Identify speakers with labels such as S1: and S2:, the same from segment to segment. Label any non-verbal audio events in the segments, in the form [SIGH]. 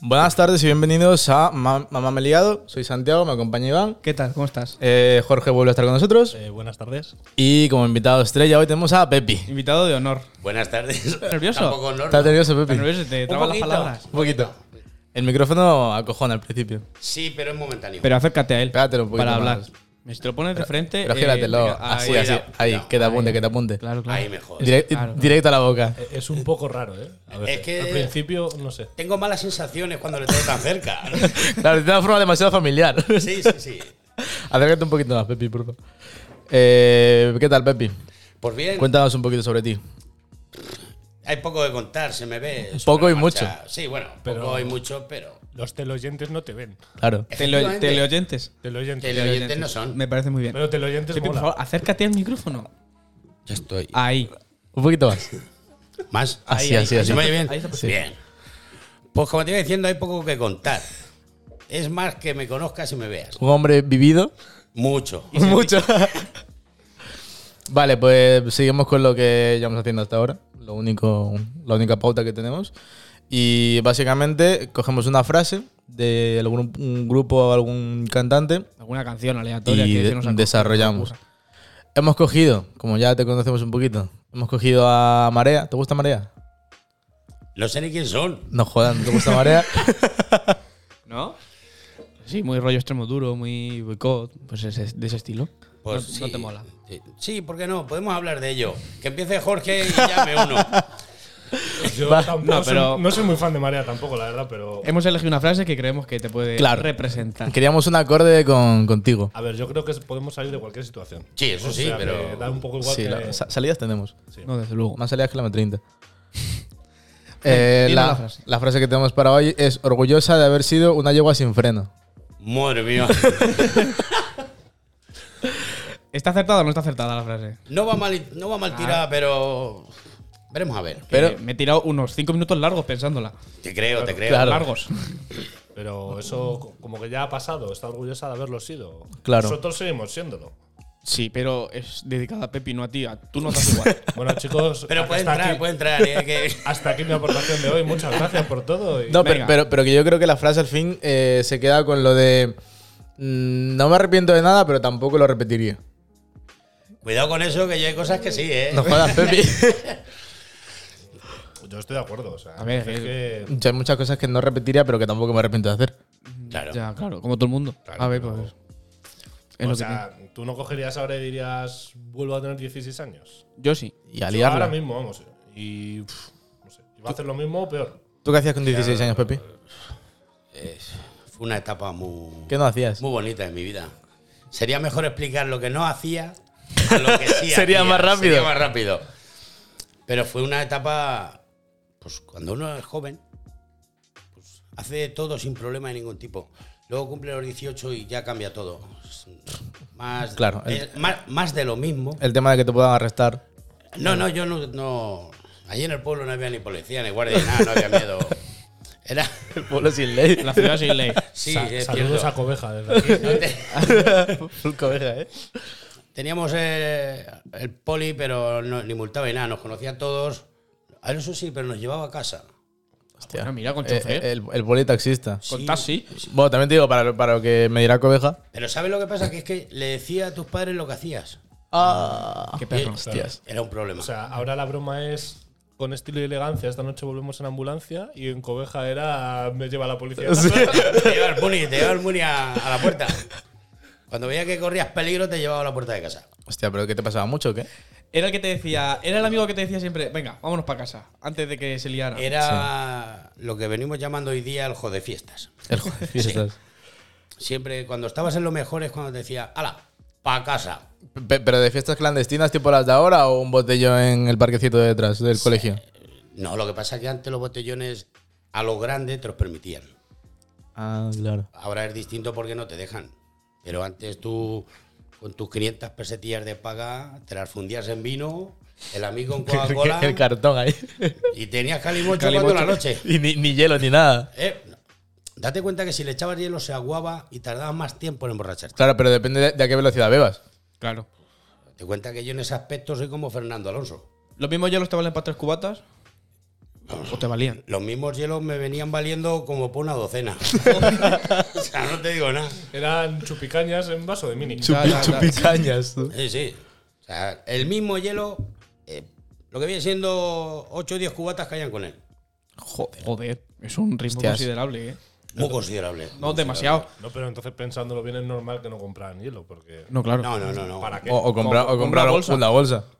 S1: Buenas tardes y bienvenidos a Ma- Mamá Me he Liado. Soy Santiago, me acompaña Iván.
S2: ¿Qué tal? ¿Cómo estás?
S1: Eh, Jorge vuelve a estar con nosotros.
S3: Eh, buenas tardes.
S1: Y como invitado estrella hoy tenemos a Pepi.
S2: Invitado de honor.
S4: Buenas tardes.
S2: ¿Nervioso?
S4: Tampoco no,
S1: ¿Estás
S4: no.
S1: nervioso, Pepi?
S2: Tan nervioso, te trabas las
S4: poquito.
S2: palabras.
S1: Un poquito. El micrófono acojona al principio.
S4: Sí, pero es momentáneo.
S2: Pero acércate a él
S1: Pégatelo un poquito
S2: para hablar.
S1: más.
S2: Si te lo pones de frente.
S1: Pero
S2: eh,
S1: gíratelo.
S2: venga,
S1: así,
S2: ahí,
S1: así.
S4: cuidado,
S1: ahí,
S4: cuidado.
S1: que te apunte, que te apunte.
S2: Claro, claro.
S4: Ahí mejor.
S1: Direc-
S2: Claro, claro.
S1: Directo a la
S2: [LAUGHS]
S1: boca. [LAUGHS]
S3: Eh, Es un poco raro, ¿eh? A veces.
S4: Es que-
S3: Al principio, no sé.
S4: Tengo malas sensaciones cuando le tengo tan cerca.
S1: Claro, de una forma demasiado familiar. [LAUGHS]
S4: Sí, sí, sí.
S1: Acércate un poquito más, Pepi, por favor. Eh, ¿Qué tal, Pepi?
S4: Pues bien,
S1: Cuéntanos un poquito sobre ti.
S4: hay poco que contar, se me ve. sobre
S1: Poco
S4: la
S1: y
S4: marcha.
S1: mucho.
S4: Sí, bueno,
S3: Pero-
S4: poco y mucho, pero.
S3: Los teleoyentes no te ven.
S1: Claro.
S2: Tele-
S4: Efectivamente.
S2: Teleoyentes.
S3: Teleoyentes.
S4: Teleoyentes no son.
S2: Me parece muy bien.
S3: Pero teleoyentes
S2: Pepi, por
S3: mola. [LAUGHS]
S2: favor, acércate al micrófono.
S4: Ya estoy.
S2: Ahí.
S1: Un poquito más.
S4: Más.
S1: Así, así, así.
S4: ¿Se me oye bien?
S2: Ahí está
S1: Sí.
S4: Bien. Pues como te iba diciendo, hay poco que contar. Es más que me conozcas y me veas.
S1: Un hombre vivido.
S4: Mucho.
S1: [LAUGHS] Mucho. vale, pues seguimos con lo que llevamos haciendo hasta ahora. Lo único, la única pauta que tenemos. Y básicamente cogemos una frase de algún un grupo o algún cantante.
S2: Alguna canción aleatoria
S1: Y
S2: que
S1: de-
S2: se nos aco-
S1: desarrollamos.
S2: nos ocurra.
S1: Hemos cogido, como ya te conocemos un poquito, hemos cogido a Marea. ¿Te gusta Marea?
S4: No sé ni quién son.
S1: No jodan, ¿no te gusta Marea?
S2: ¿No? Sí, muy rollo extremo duro, muy boicot, pues ese- de ese estilo. no,
S4: Pues
S2: no
S4: sí.
S2: te mola.
S4: Sí, Sí, ¿por qué no? Podemos hablar de ello. Que empiece Jorge y llame uno.
S3: Yo
S1: Va.
S3: tampoco
S2: No, pero-
S3: soy, no soy muy fan de Marea tampoco, la verdad, pero.
S2: Hemos elegido una frase que creemos que te puede
S1: Claro.
S2: representar.
S1: Queríamos un acorde con, contigo.
S3: A ver, yo creo que podemos salir de cualquier situación.
S4: Sí, eso sí,
S3: que
S4: pero-
S3: Da un poco igual
S1: Sí,
S3: que.
S1: la- sa- salidas tenemos.
S2: No, desde luego.
S1: Más salidas que la M30. Eh,
S2: Dime
S1: la,
S2: la frase.
S1: la frase que tenemos para hoy es orgullosa de haber sido una yegua sin freno.
S4: Madre mía.
S2: ¿Está acertada o no está acertada la frase?
S4: No va mal, no va
S1: Ah.
S4: mal tirada, pero. Veremos a ver.
S1: Pero-
S2: Que me he tirado unos 5 minutos largos pensándola.
S4: Te creo, te creo.
S1: Claro.
S2: Largos.
S3: Pero eso, co- como que ya ha pasado. Está orgullosa de haberlo sido.
S1: Claro.
S3: Nosotros seguimos siéndolo.
S2: Sí, pero es dedicada a Pepi, no a ti. A, tú no das igual.
S3: Bueno, chicos.
S4: [LAUGHS] Pero puede
S3: hasta
S4: entrar,
S3: aquí-
S4: puede entrar. eh, que- [LAUGHS]
S3: Hasta aquí mi aportación de hoy. Muchas gracias por todo. y-
S1: No, pero,
S2: Venga.
S1: pero, pero que yo creo que la frase al fin eh, se queda con lo de mm, no me arrepiento de nada, pero tampoco lo repetiría.
S4: Cuidado con eso, que yo hay cosas que sí, ¿eh?
S1: No [LAUGHS] jodas, Pepi.
S3: Yo estoy de acuerdo. O sea,
S2: A ver,
S3: es que.
S1: Yo hay muchas cosas que no repetiría, pero que tampoco me arrepiento de hacer.
S4: Claro.
S2: [LAUGHS] ya, claro, como todo el mundo.
S4: Claro,
S2: a ver,
S4: pero-
S2: pues. Es
S3: o
S2: lo que
S3: sea, tú no cogerías ahora y dirías, vuelvo a tener 16 años.
S2: tiene. Yo sí.
S1: Y a
S3: Yo
S1: liarla.
S3: Ahora mismo, vamos. Y. pff, no sé. Iba a hacer lo mismo o peor.
S1: ¿Tú qué hacías con 16 años, Pepi?
S4: Fue una etapa muy,
S1: ¿Qué no hacías?
S4: muy bonita en mi vida. Sería mejor explicar lo que no hacía a
S1: [LAUGHS]
S4: lo que sí
S1: Sería
S4: hacía.
S1: más rápido.
S4: Sería más rápido. Pero fue una etapa. Pues cuando uno es joven, pues, hace de todo sin problema de ningún tipo. Luego cumple los 18 y ya cambia todo. Es Más,
S1: Claro, el-
S4: es más, más de lo mismo.
S1: El tema de que te puedan arrestar.
S4: No, no, yo no, no. Allí en el pueblo no había ni policía, ni guardia, ni nada, no había miedo. Era.
S1: El pueblo sin [LAUGHS] ley.
S2: La ciudad sin ley.
S4: Sí,
S3: Sa-
S4: es
S3: saludos
S4: cierto.
S3: a Cobeja desde aquí.
S4: No te-
S1: Full cobeja, ¿eh?
S4: Teníamos eh, el poli, pero no- ni multaba ni nada, nos conocía a todos. A eso sí, pero nos llevaba a casa.
S1: Hostia.
S2: Bueno, mira, con
S1: Eh,
S2: chofer.
S1: el, el poli taxista.
S2: Con taxi.
S1: Bueno, también te digo, para, para lo que me dirá cobeja.
S4: Pero ¿sabes lo que pasa? Que es que le decía a tus padres lo que hacías.
S1: Ah,
S2: Qué perro.
S1: hostias.
S4: Era un problema.
S3: [LAUGHS] O sea, ahora la broma es. Con estilo y elegancia, esta noche volvemos en ambulancia y en Cobeja era. Me lleva la policía. a casa.
S4: [LAUGHS] te llevaba el muni, te llevaba el muni a, a la puerta. Cuando veía que corrías peligro, te llevaba a la puerta de casa.
S1: Hostia, pero ¿qué te pasaba mucho o qué?
S2: Era el que te decía. Era el amigo que te decía siempre, venga, vámonos para casa. Antes de que se
S3: Ah,
S2: liara.
S4: Era lo que venimos llamando hoy día el jode fiestas.
S1: El joder, fiestas.
S4: Siempre, cuando estabas en lo mejor es cuando te decía, ala, pa' casa.
S1: Pe- ¿Pero de fiestas clandestinas tipo las de ahora o un botello en el parquecito de detrás del colegio?
S4: No, lo que pasa es que antes los botellones a lo grande te los permitían.
S1: Ah, claro.
S4: Ahora es distinto porque no te dejan. Pero antes tú, con tus 500 pesetillas de paga, te las fundías en vino, el amigo
S1: [LAUGHS]
S4: en Coca-Cola
S1: El cartón
S4: [LAUGHS]
S1: ahí.
S4: y tenías calimocho cuando la noche.
S1: Y ni, ni hielo ni nada.
S4: Eh, date cuenta que si le echabas hielo se aguaba y tardabas más tiempo en emborracharte.
S1: Claro, pero depende de, de a qué velocidad bebas.
S2: Claro.
S4: Te cuenta que yo en ese aspecto soy como Fernando Alonso.
S2: Lo mismo yo los chavales para tres cubatas. ¿O te valían?
S4: Los mismos hielos me venían valiendo como por una docena. [LAUGHS] o sea, no te digo nada.
S3: Eran chupicañas en vaso de mini.
S2: Ya, ya, ya.
S1: Chupicañas, tú.
S4: Sí, sí. O sea, el mismo hielo, eh, lo que viene siendo 8 o 10 cubatas caían con él.
S1: Joder.
S2: Joder, es un ritmo
S1: Hostias.
S2: considerable, ¿eh?
S4: Muy considerable.
S2: No, demasiado.
S3: No, pero entonces pensándolo bien es normal que no compraran hielo, porque
S2: No, claro.
S4: No, no, no, no.
S3: ¿para qué?
S1: O, o comprar,
S2: Compra
S1: o comprar
S2: una
S1: una
S2: bolsa.
S1: bolsa.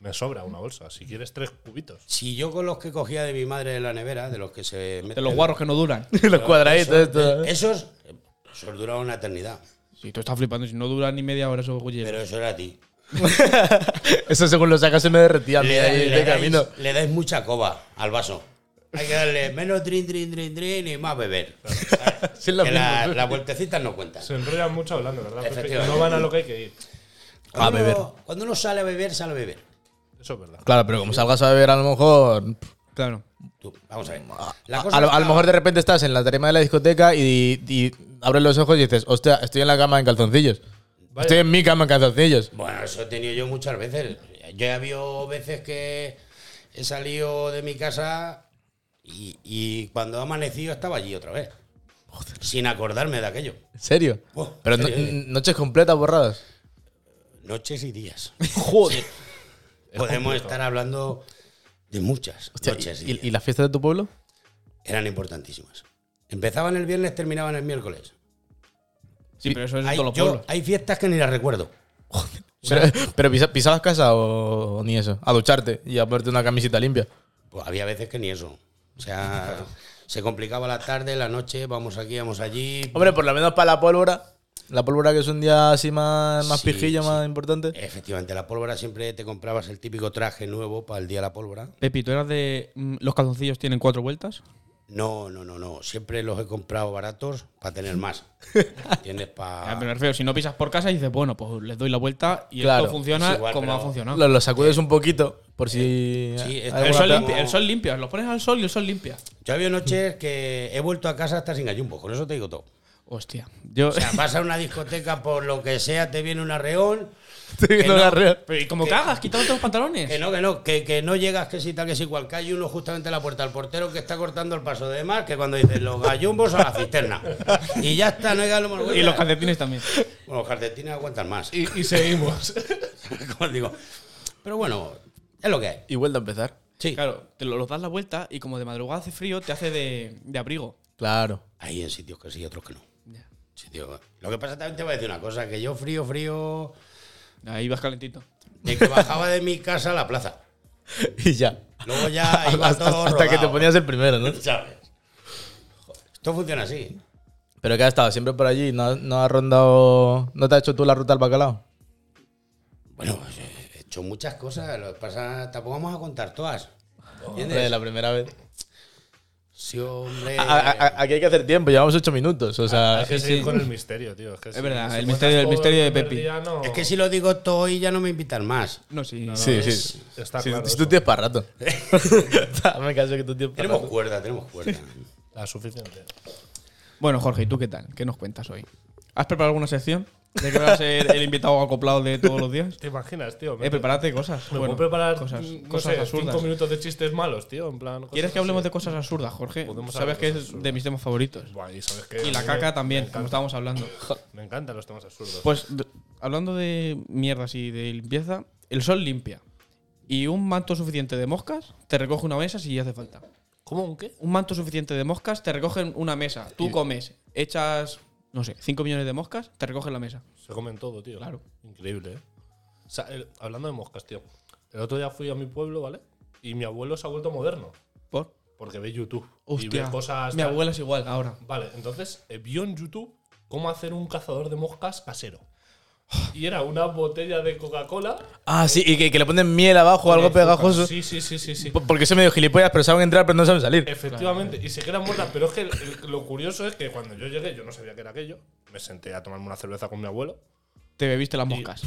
S3: Me sobra una bolsa, si quieres tres cubitos.
S4: Si yo con los que cogía de mi madre de la nevera, de los que se meten.
S2: De los guarros que no duran.
S1: [LAUGHS] Los cuadraditos, esto.
S4: Esos, eh, esos duraban una eternidad.
S2: Si tú estás flipando, si no dura ni media hora eso, oye.
S4: Pero eso era a ti.
S1: Eso según lo sacas se me derretía a mí
S4: Le, da-
S1: ahí
S4: le
S1: de
S4: dais-
S1: camino.
S4: le dais mucha coba al vaso. Hay que darle menos trin, trin, trin, trin y
S1: [LAUGHS]
S4: más beber.
S1: Sí, lo
S4: Que la-
S1: mismo.
S4: las vueltecitas no cuentan.
S3: Se enrollan mucho hablando, ¿verdad? Pepe?
S4: Efectivamente.
S3: No van a lo que hay que ir.
S1: A
S4: Cuando
S1: beber.
S4: uno- cuando uno sale a beber, sale a beber.
S3: Eso es verdad.
S1: Claro, pero como salgas a beber, a lo mejor.
S2: Claro.
S4: Tú, vamos a ver.
S1: A, a lo- a lo mejor de repente estás en la tarima de la discoteca y, y abres los ojos y dices, hostia, estoy en la cama en calzoncillos.
S3: Vaya.
S1: Estoy en mi cama en calzoncillos.
S4: Bueno, eso he tenido yo muchas veces. Yo he habido veces que he salido de mi casa y, y cuando he amanecido estaba allí otra vez. Sin acordarme de aquello.
S1: ¿En serio?
S4: Buah,
S1: Pero
S4: sí,
S1: no-
S4: sí, sí.
S1: n- noches completas borradas.
S4: Noches y días.
S1: Joder.
S4: Podemos estar hablando de muchas noches y
S1: ¿Y,
S4: días.
S1: y las fiestas de tu pueblo?
S4: Eran importantísimas. Empezaban el viernes, terminaban el miércoles.
S2: Sí, pero eso es en
S4: Hay,
S2: todos los
S4: yo-
S2: pueblos.
S4: hay fiestas que ni las recuerdo.
S1: Pero, [LAUGHS] pero pisa- pisabas casa o, o ni eso. A ducharte y a ponerte una camiseta limpia.
S4: Pues había veces que ni eso.
S2: [LAUGHS]
S4: O sea, se complicaba la tarde, la noche, vamos aquí, vamos allí.
S1: Hombre, por lo menos para la pólvora. La pólvora que es un día así más, más
S4: Sí,
S1: pijillo,
S4: sí. Eh,
S1: más importante.
S4: Efectivamente, la pólvora siempre te comprabas el típico traje nuevo para el día de la pólvora.
S2: Pepi, ¿tú eras de. mm, los calzoncillos tienen cuatro vueltas?
S4: No, no, no, no. Siempre los he comprado baratos para tener más. ¿Entiendes?
S2: Ah, pero
S4: Para.
S2: me refiero, si no pisas por casa y dices, bueno, pues les doy la vuelta y
S1: Claro,
S2: esto funciona
S4: es igual,
S2: como
S4: pero-
S2: ha funcionado.
S1: Lo, lo sacudes un poquito por si.
S4: Eh, sí, está-
S1: hay alguna
S2: el, sol
S1: pega.
S2: limpia, el sol limpia, los pones al sol y el sol limpia.
S4: Yo había noches que he vuelto a casa hasta sin gallumbos, con eso te digo todo.
S2: Hostia. Yo,
S4: O sea, vas a una discoteca por lo que sea, te viene un arreón.
S1: [LAUGHS] Estoy viendo
S4: Eh, no.
S1: la rea.
S2: [LAUGHS] pero ¿y cómo cagas? Quitándote los pantalones.
S4: Que no, que no, que, que no llegas, que si tal, que si cual. Que hay uno justamente a la puerta, el portero que está cortando el paso de mar, que cuando dices los gallumbos a la cisterna. Y ya está, no hay gallumbos.
S2: y los calcetines [LAUGHS] también.
S4: Bueno, los calcetines aguantan más.
S3: Y, y seguimos.
S4: [LAUGHS] Como digo. Pero bueno, es lo que hay.
S1: Y vuelta a empezar.
S4: Sí.
S2: Claro, te lo- los das la vuelta y como de madrugada hace frío, te hace de, de abrigo.
S1: Claro. [LAUGHS]
S4: Hay en sitios que sí y otros que no. Sitio- Lo que pasa también te voy a decir una cosa, que yo frío, frío,
S2: Ahí vas calentito.
S4: de que bajaba de mi casa a la plaza.
S1: Y ya.
S4: Luego ya
S2: [LAUGHS]
S4: iba
S1: hasta
S4: todo
S1: hasta que te
S4: rodado,
S1: ponías el primero, ¿no?
S4: ¿sabes? Joder, Esto funciona así.
S1: Pero que has estado siempre por allí. No, no has rondado. ¿No te has hecho tú la ruta al bacalao?
S4: Bueno, pues, eh, he hecho muchas cosas, lo que pasa, tampoco vamos a contar todas.
S1: Hombre,
S4: ¿Entiendes?
S1: la primera vez.
S4: Sí, hombre.
S1: A- a- a- aquí hay que hacer tiempo, llevamos ocho minutos. O sea,
S2: Ah,
S3: Hay Eh, Ah, que
S1: sí,
S3: seguir
S1: sí.
S3: con el misterio, tío. Es, que si-
S2: verdad,
S3: si
S2: el
S3: cuentas
S2: misterio- el
S3: todo
S2: misterio de
S3: primer
S2: Pepi.
S3: día, no-
S4: Es que si lo digo todo hoy ya no me invitan más.
S2: No, sí.
S1: sí, sí.
S3: Está
S1: Sí,
S3: claro.
S1: tú
S3: eso.
S1: tienes para
S3: [LAUGHS]
S1: rato. Me caso que tú tienes para
S4: Tenemos
S1: rato.
S4: cuerda, tenemos cuerda.
S3: La suficiente.
S2: Bueno, Jorge, ¿y tú qué tal? ¿Qué nos cuentas hoy? ¿Has preparado alguna sección? ¿De que vas a ser el invitado acoplado de todos los días?
S3: ¿Te imaginas, tío?
S2: Eh, prepárate cosas.
S3: Me
S2: Bueno,
S3: puedo preparar
S2: cosas,
S3: mm, no
S2: cosas
S3: sé,
S2: absurdas.
S3: cinco minutos de chistes malos, tío. En plan, cosas
S2: ¿Quieres que hablemos
S3: así.
S2: de cosas absurdas, Jorge?
S3: Podemos
S2: Sabes
S3: hablar de
S2: que
S3: cosas
S2: es de mis temas favoritos.
S3: Buah, y, sabes que
S2: Y
S3: a
S2: la
S3: mí
S2: caca
S3: me-
S2: también, como
S3: Me, encanta-
S2: estábamos hablando.
S3: me encantan los temas absurdos.
S2: Pues d- hablando de mierdas y de limpieza, el sol limpia. Y un manto suficiente de moscas te recoge una mesa si hace falta.
S3: ¿Cómo un qué?
S2: Un manto suficiente de moscas te recogen una mesa. Tú comes, echas, no sé, 5 millones de moscas, te recogen la mesa.
S3: Se comen todo, tío.
S2: Claro.
S3: Increíble, ¿eh? O sea, el- hablando de moscas, tío. El otro día fui a mi pueblo, ¿vale? Y mi abuelo se ha vuelto moderno.
S2: ¿Por?
S3: Porque ve YouTube. Y
S2: Hostia.
S3: ve cosas.
S2: mi
S3: tal.
S2: abuela es igual ahora.
S3: Vale, entonces eh, vio en YouTube cómo hacer un cazador de moscas casero. Y era una botella de Coca-Cola.
S1: Ah, sí, y que, que le ponen miel abajo, algo
S3: con azúcar.
S1: pegajoso.
S3: Sí, sí, sí, sí. sí.
S1: P- Porque se medio gilipollas, pero saben entrar, pero no saben
S3: [LAUGHS]
S1: salir.
S3: Efectivamente, y se quedan muertas, pero es que el- el- lo curioso es que cuando yo llegué, yo no sabía qué era aquello, me senté a tomarme una cerveza con mi abuelo.
S2: Te bebiste las moscas.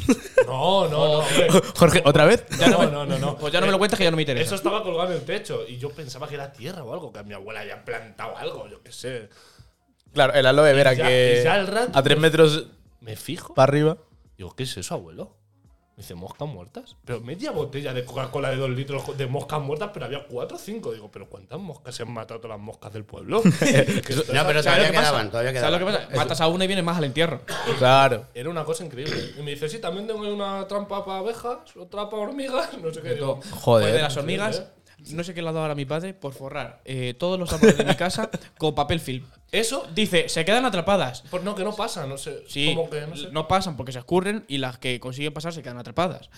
S3: No, no, no, hombre.
S1: Jorge, ¿otra vez?
S3: No, no, no, no, no.
S2: [LAUGHS] [LAUGHS] Pues ya no me lo cuentes que ya no me interesa.
S3: Eso estaba colgado en el techo y yo pensaba que era tierra o algo, que mi abuela había plantado algo, yo qué sé.
S1: Claro, el aloe vera
S3: Y ya-
S1: que
S3: y ya al rato-
S1: a tres metros
S3: Me fijo.
S1: para arriba.
S3: Digo, ¿qué es eso, abuelo? Me dice, ¿moscas muertas? Pero media botella de Coca-Cola de dos litros jo- de moscas muertas, pero había cuatro o cinco. Digo, ¿pero cuántas moscas se han matado todas las moscas
S2: [LAUGHS]
S3: del pueblo? Que esto
S4: No,
S3: era-
S4: pero
S2: ¿Sabes
S4: todavía
S2: lo que pasa?
S4: quedaban, todavía
S2: ¿Sabes lo que
S4: quedaban.
S2: pasa? Matas a una y vienes más al entierro.
S1: Claro.
S3: Era una cosa increíble. Y me dice, sí, también tengo una trampa para abejas, otra para hormigas, [LAUGHS] no sé qué. Digo,
S2: Pues de
S1: Joder.
S2: las hormigas, no sé qué le ha dado ahora a mi padre por forrar eh, todos los árboles de mi casa [LAUGHS] con papel film.
S3: Eso,
S2: Dice, se quedan atrapadas.
S3: pues no, que no pasa, no sé.
S2: Sí,
S3: como que, no sé.
S2: no pasan porque se escurren y las que consiguen pasar se quedan atrapadas.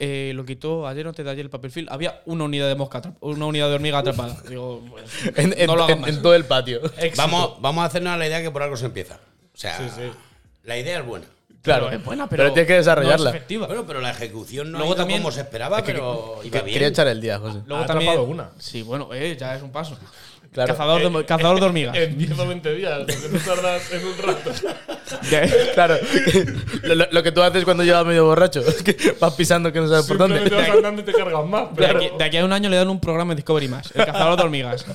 S2: Eh, lo quitó ayer antes de ayer el papel film. Había una unidad de mosca, atrap- una unidad de hormiga atrapada. Digo, pues,
S1: En, [LAUGHS] en-
S2: no lo hagan
S1: en-
S2: más.
S1: en todo el patio.
S4: Vamos, vamos a hacernos a la idea que por algo se empieza. O sea,
S3: Sí, sí.
S4: la idea es buena.
S1: Claro.
S2: es buena, pero,
S1: pero tienes que
S2: no es
S1: desarrollarla.
S2: efectiva.
S4: Bueno, pero la ejecución no
S2: Luego
S4: ha ido
S2: también-
S4: como se esperaba, pero iba
S1: Que-
S4: bien.
S1: Quería echar el día, José.
S2: Luego
S3: Ha
S2: también.
S3: atrapado una.
S2: Sí, bueno, eh, ya es un paso.
S1: Claro. [LAUGHS] Eh,
S2: Cazador, de, mo- cazador de hormigas.
S3: En 10 o 20 días, porque no tardas en
S2: [LAUGHS]
S3: un rato.
S1: [LAUGHS] claro. lo, lo- lo que tú haces cuando llevas medio borracho. [LAUGHS] es que vas pisando que no sabes
S3: [LAUGHS]
S1: por
S3: Simplemente
S1: dónde.
S3: vas andando y te cargas más.
S2: De
S3: Pero
S2: aquí, de aquí a un año le dan un programa en Discovery más. El cazador de
S1: [LAUGHS]
S2: hormigas.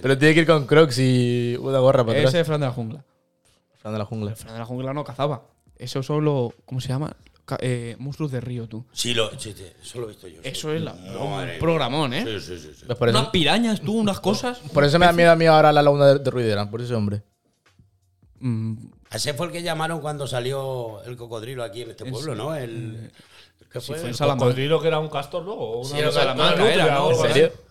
S1: Pero tiene que ir con crocs y una gorra para
S2: Ese
S1: atrás.
S2: es Fran de la jungla.
S1: Fran de la jungla.
S2: Fran de la jungla no cazaba. Eso son los. ¿Cómo se llama? Ca- eh, monstruos de río, tú.
S4: Sí, lo, sí, sí, eso lo he visto yo. sí.
S2: Eso es la-
S4: Madre
S2: un
S4: mía.
S2: programón, ¿eh?
S4: Sí, sí, sí, sí.
S1: Pues por,
S2: Unas
S1: eso,
S2: pirañas, tú, unas cosas.
S1: por eso me da miedo a mí ahora la laguna de, de Ruidera, por ese hombre.
S2: Mm,
S4: A Ese fue el que llamaron cuando salió el cocodrilo aquí en este pueblo, ¿no? El, el que
S3: Pues,
S4: fue.
S2: fue en
S4: El-
S2: Salamanca.
S3: Cocodrilo que era un castor luego. Una
S4: Sí, era
S3: cosa-
S4: Salamanca,
S3: una nutria
S2: era, ¿no?
S3: o algo
S2: ¿En
S3: así.
S2: serio?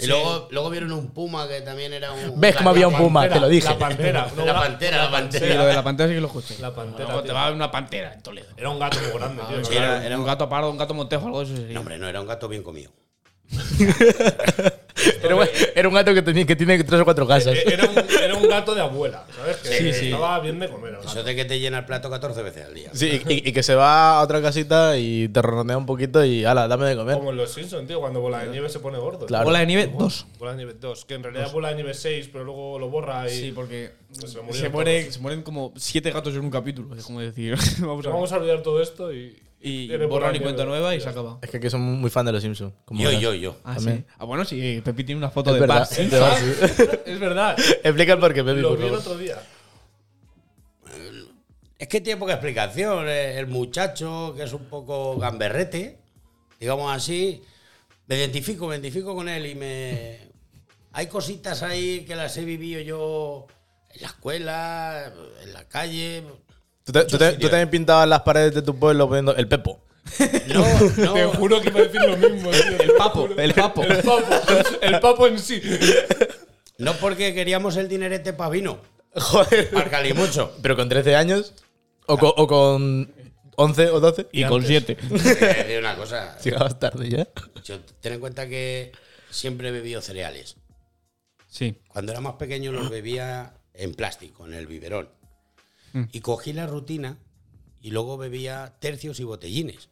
S4: Y luego, luego vieron un puma que también era un.
S1: ¿Ves cómo
S4: la-
S1: había
S4: la
S1: un puma?
S4: pantera.
S1: Te lo dije.
S2: [LAUGHS]
S3: La pantera. no,
S4: La
S3: una-
S4: pantera, la
S2: Sí,
S4: pantera.
S2: lo de la pantera sí que lo escuché.
S3: La pantera,
S2: Luego te
S3: tío.
S2: va a haber una pantera en Toledo.
S3: Era un gato muy grande, tío.
S2: Ah, Sí,
S3: claro.
S2: era, era un gato pardo, un gato montejo, algo de eso sería.
S4: No, hombre, no, era un gato bien comido.
S1: Era, un- era un gato que, tenía, que tiene tres o cuatro casas.
S3: Eh, Era un, era un gato de abuela, ¿sabes? Que
S2: Sí, sí.
S3: estaba bien de comer. el gato.
S4: Eso de que te llena el plato 14 veces al día.
S1: Sí, y, y- y que se va a otra casita y te ronronea un poquito y ala, dame de comer.
S3: Como en los Simpsons, tío, cuando Bola de Nieve se pone gordo.
S1: Claro.
S2: Bola de nieve, dos.
S3: Bola de Nieve 2, que en realidad Bola de Nieve 6, pero luego lo borra y.
S2: Sí, porque
S3: Pues se
S2: se,
S3: murieron
S2: muere,
S3: todos.
S2: se mueren como siete gatos en un capítulo. Es como decir, [LAUGHS] vamos a ver.
S3: Vamos a olvidar todo esto y.
S2: [LAUGHS] Y
S3: tiene
S2: borrón
S3: Bola de
S2: y
S3: Nieve
S2: cuenta
S3: 2.
S2: nueva y se acaba.
S1: Es que aquí somos muy fan de los Simpsons. como
S4: Yo,
S1: verás.
S4: yo, yo.
S2: Ah,
S1: También.
S2: sí. Ah, bueno, sí, Pepi tiene una foto
S1: Es
S2: de
S1: verdad.
S2: Paz.
S1: de Bart, sí.
S3: Es
S1: [LAUGHS]
S3: verdad, eh.
S1: Explica el porqué, Pepe,
S3: lo
S1: por
S3: vi el
S1: favor.
S3: otro día.
S4: Es que tiene poca explicación. Eh, El muchacho, que es un poco gamberrete, digamos así, me identifico, me identifico con él y me. Hay cositas ahí que las he vivido yo en la escuela, en la calle.
S1: ¿Tú, te- tú te- tú también pintabas las paredes de tu pueblo poniendo el Pepo.
S4: No, no.
S3: [LAUGHS] [LAUGHS] Te juro que iba a decir lo mismo, tío.
S2: El papo,
S1: [LAUGHS]
S2: el papo.
S3: El papo, el papo en sí.
S4: No porque queríamos el dinerete para
S3: [LAUGHS]
S4: vino. Joder. Al calimucho.
S1: Pero con 13 años o, co- o con 11 o 12.
S2: Y con siete.
S4: Eh, de una cosa.
S1: [LAUGHS] Llegabas tarde ya.
S4: Yo, ten en cuenta que siempre he bebido cereales.
S2: Sí.
S4: Cuando era más pequeño los bebía en plástico, en el biberón. Y cogí la rutina y luego bebía tercios y botellines.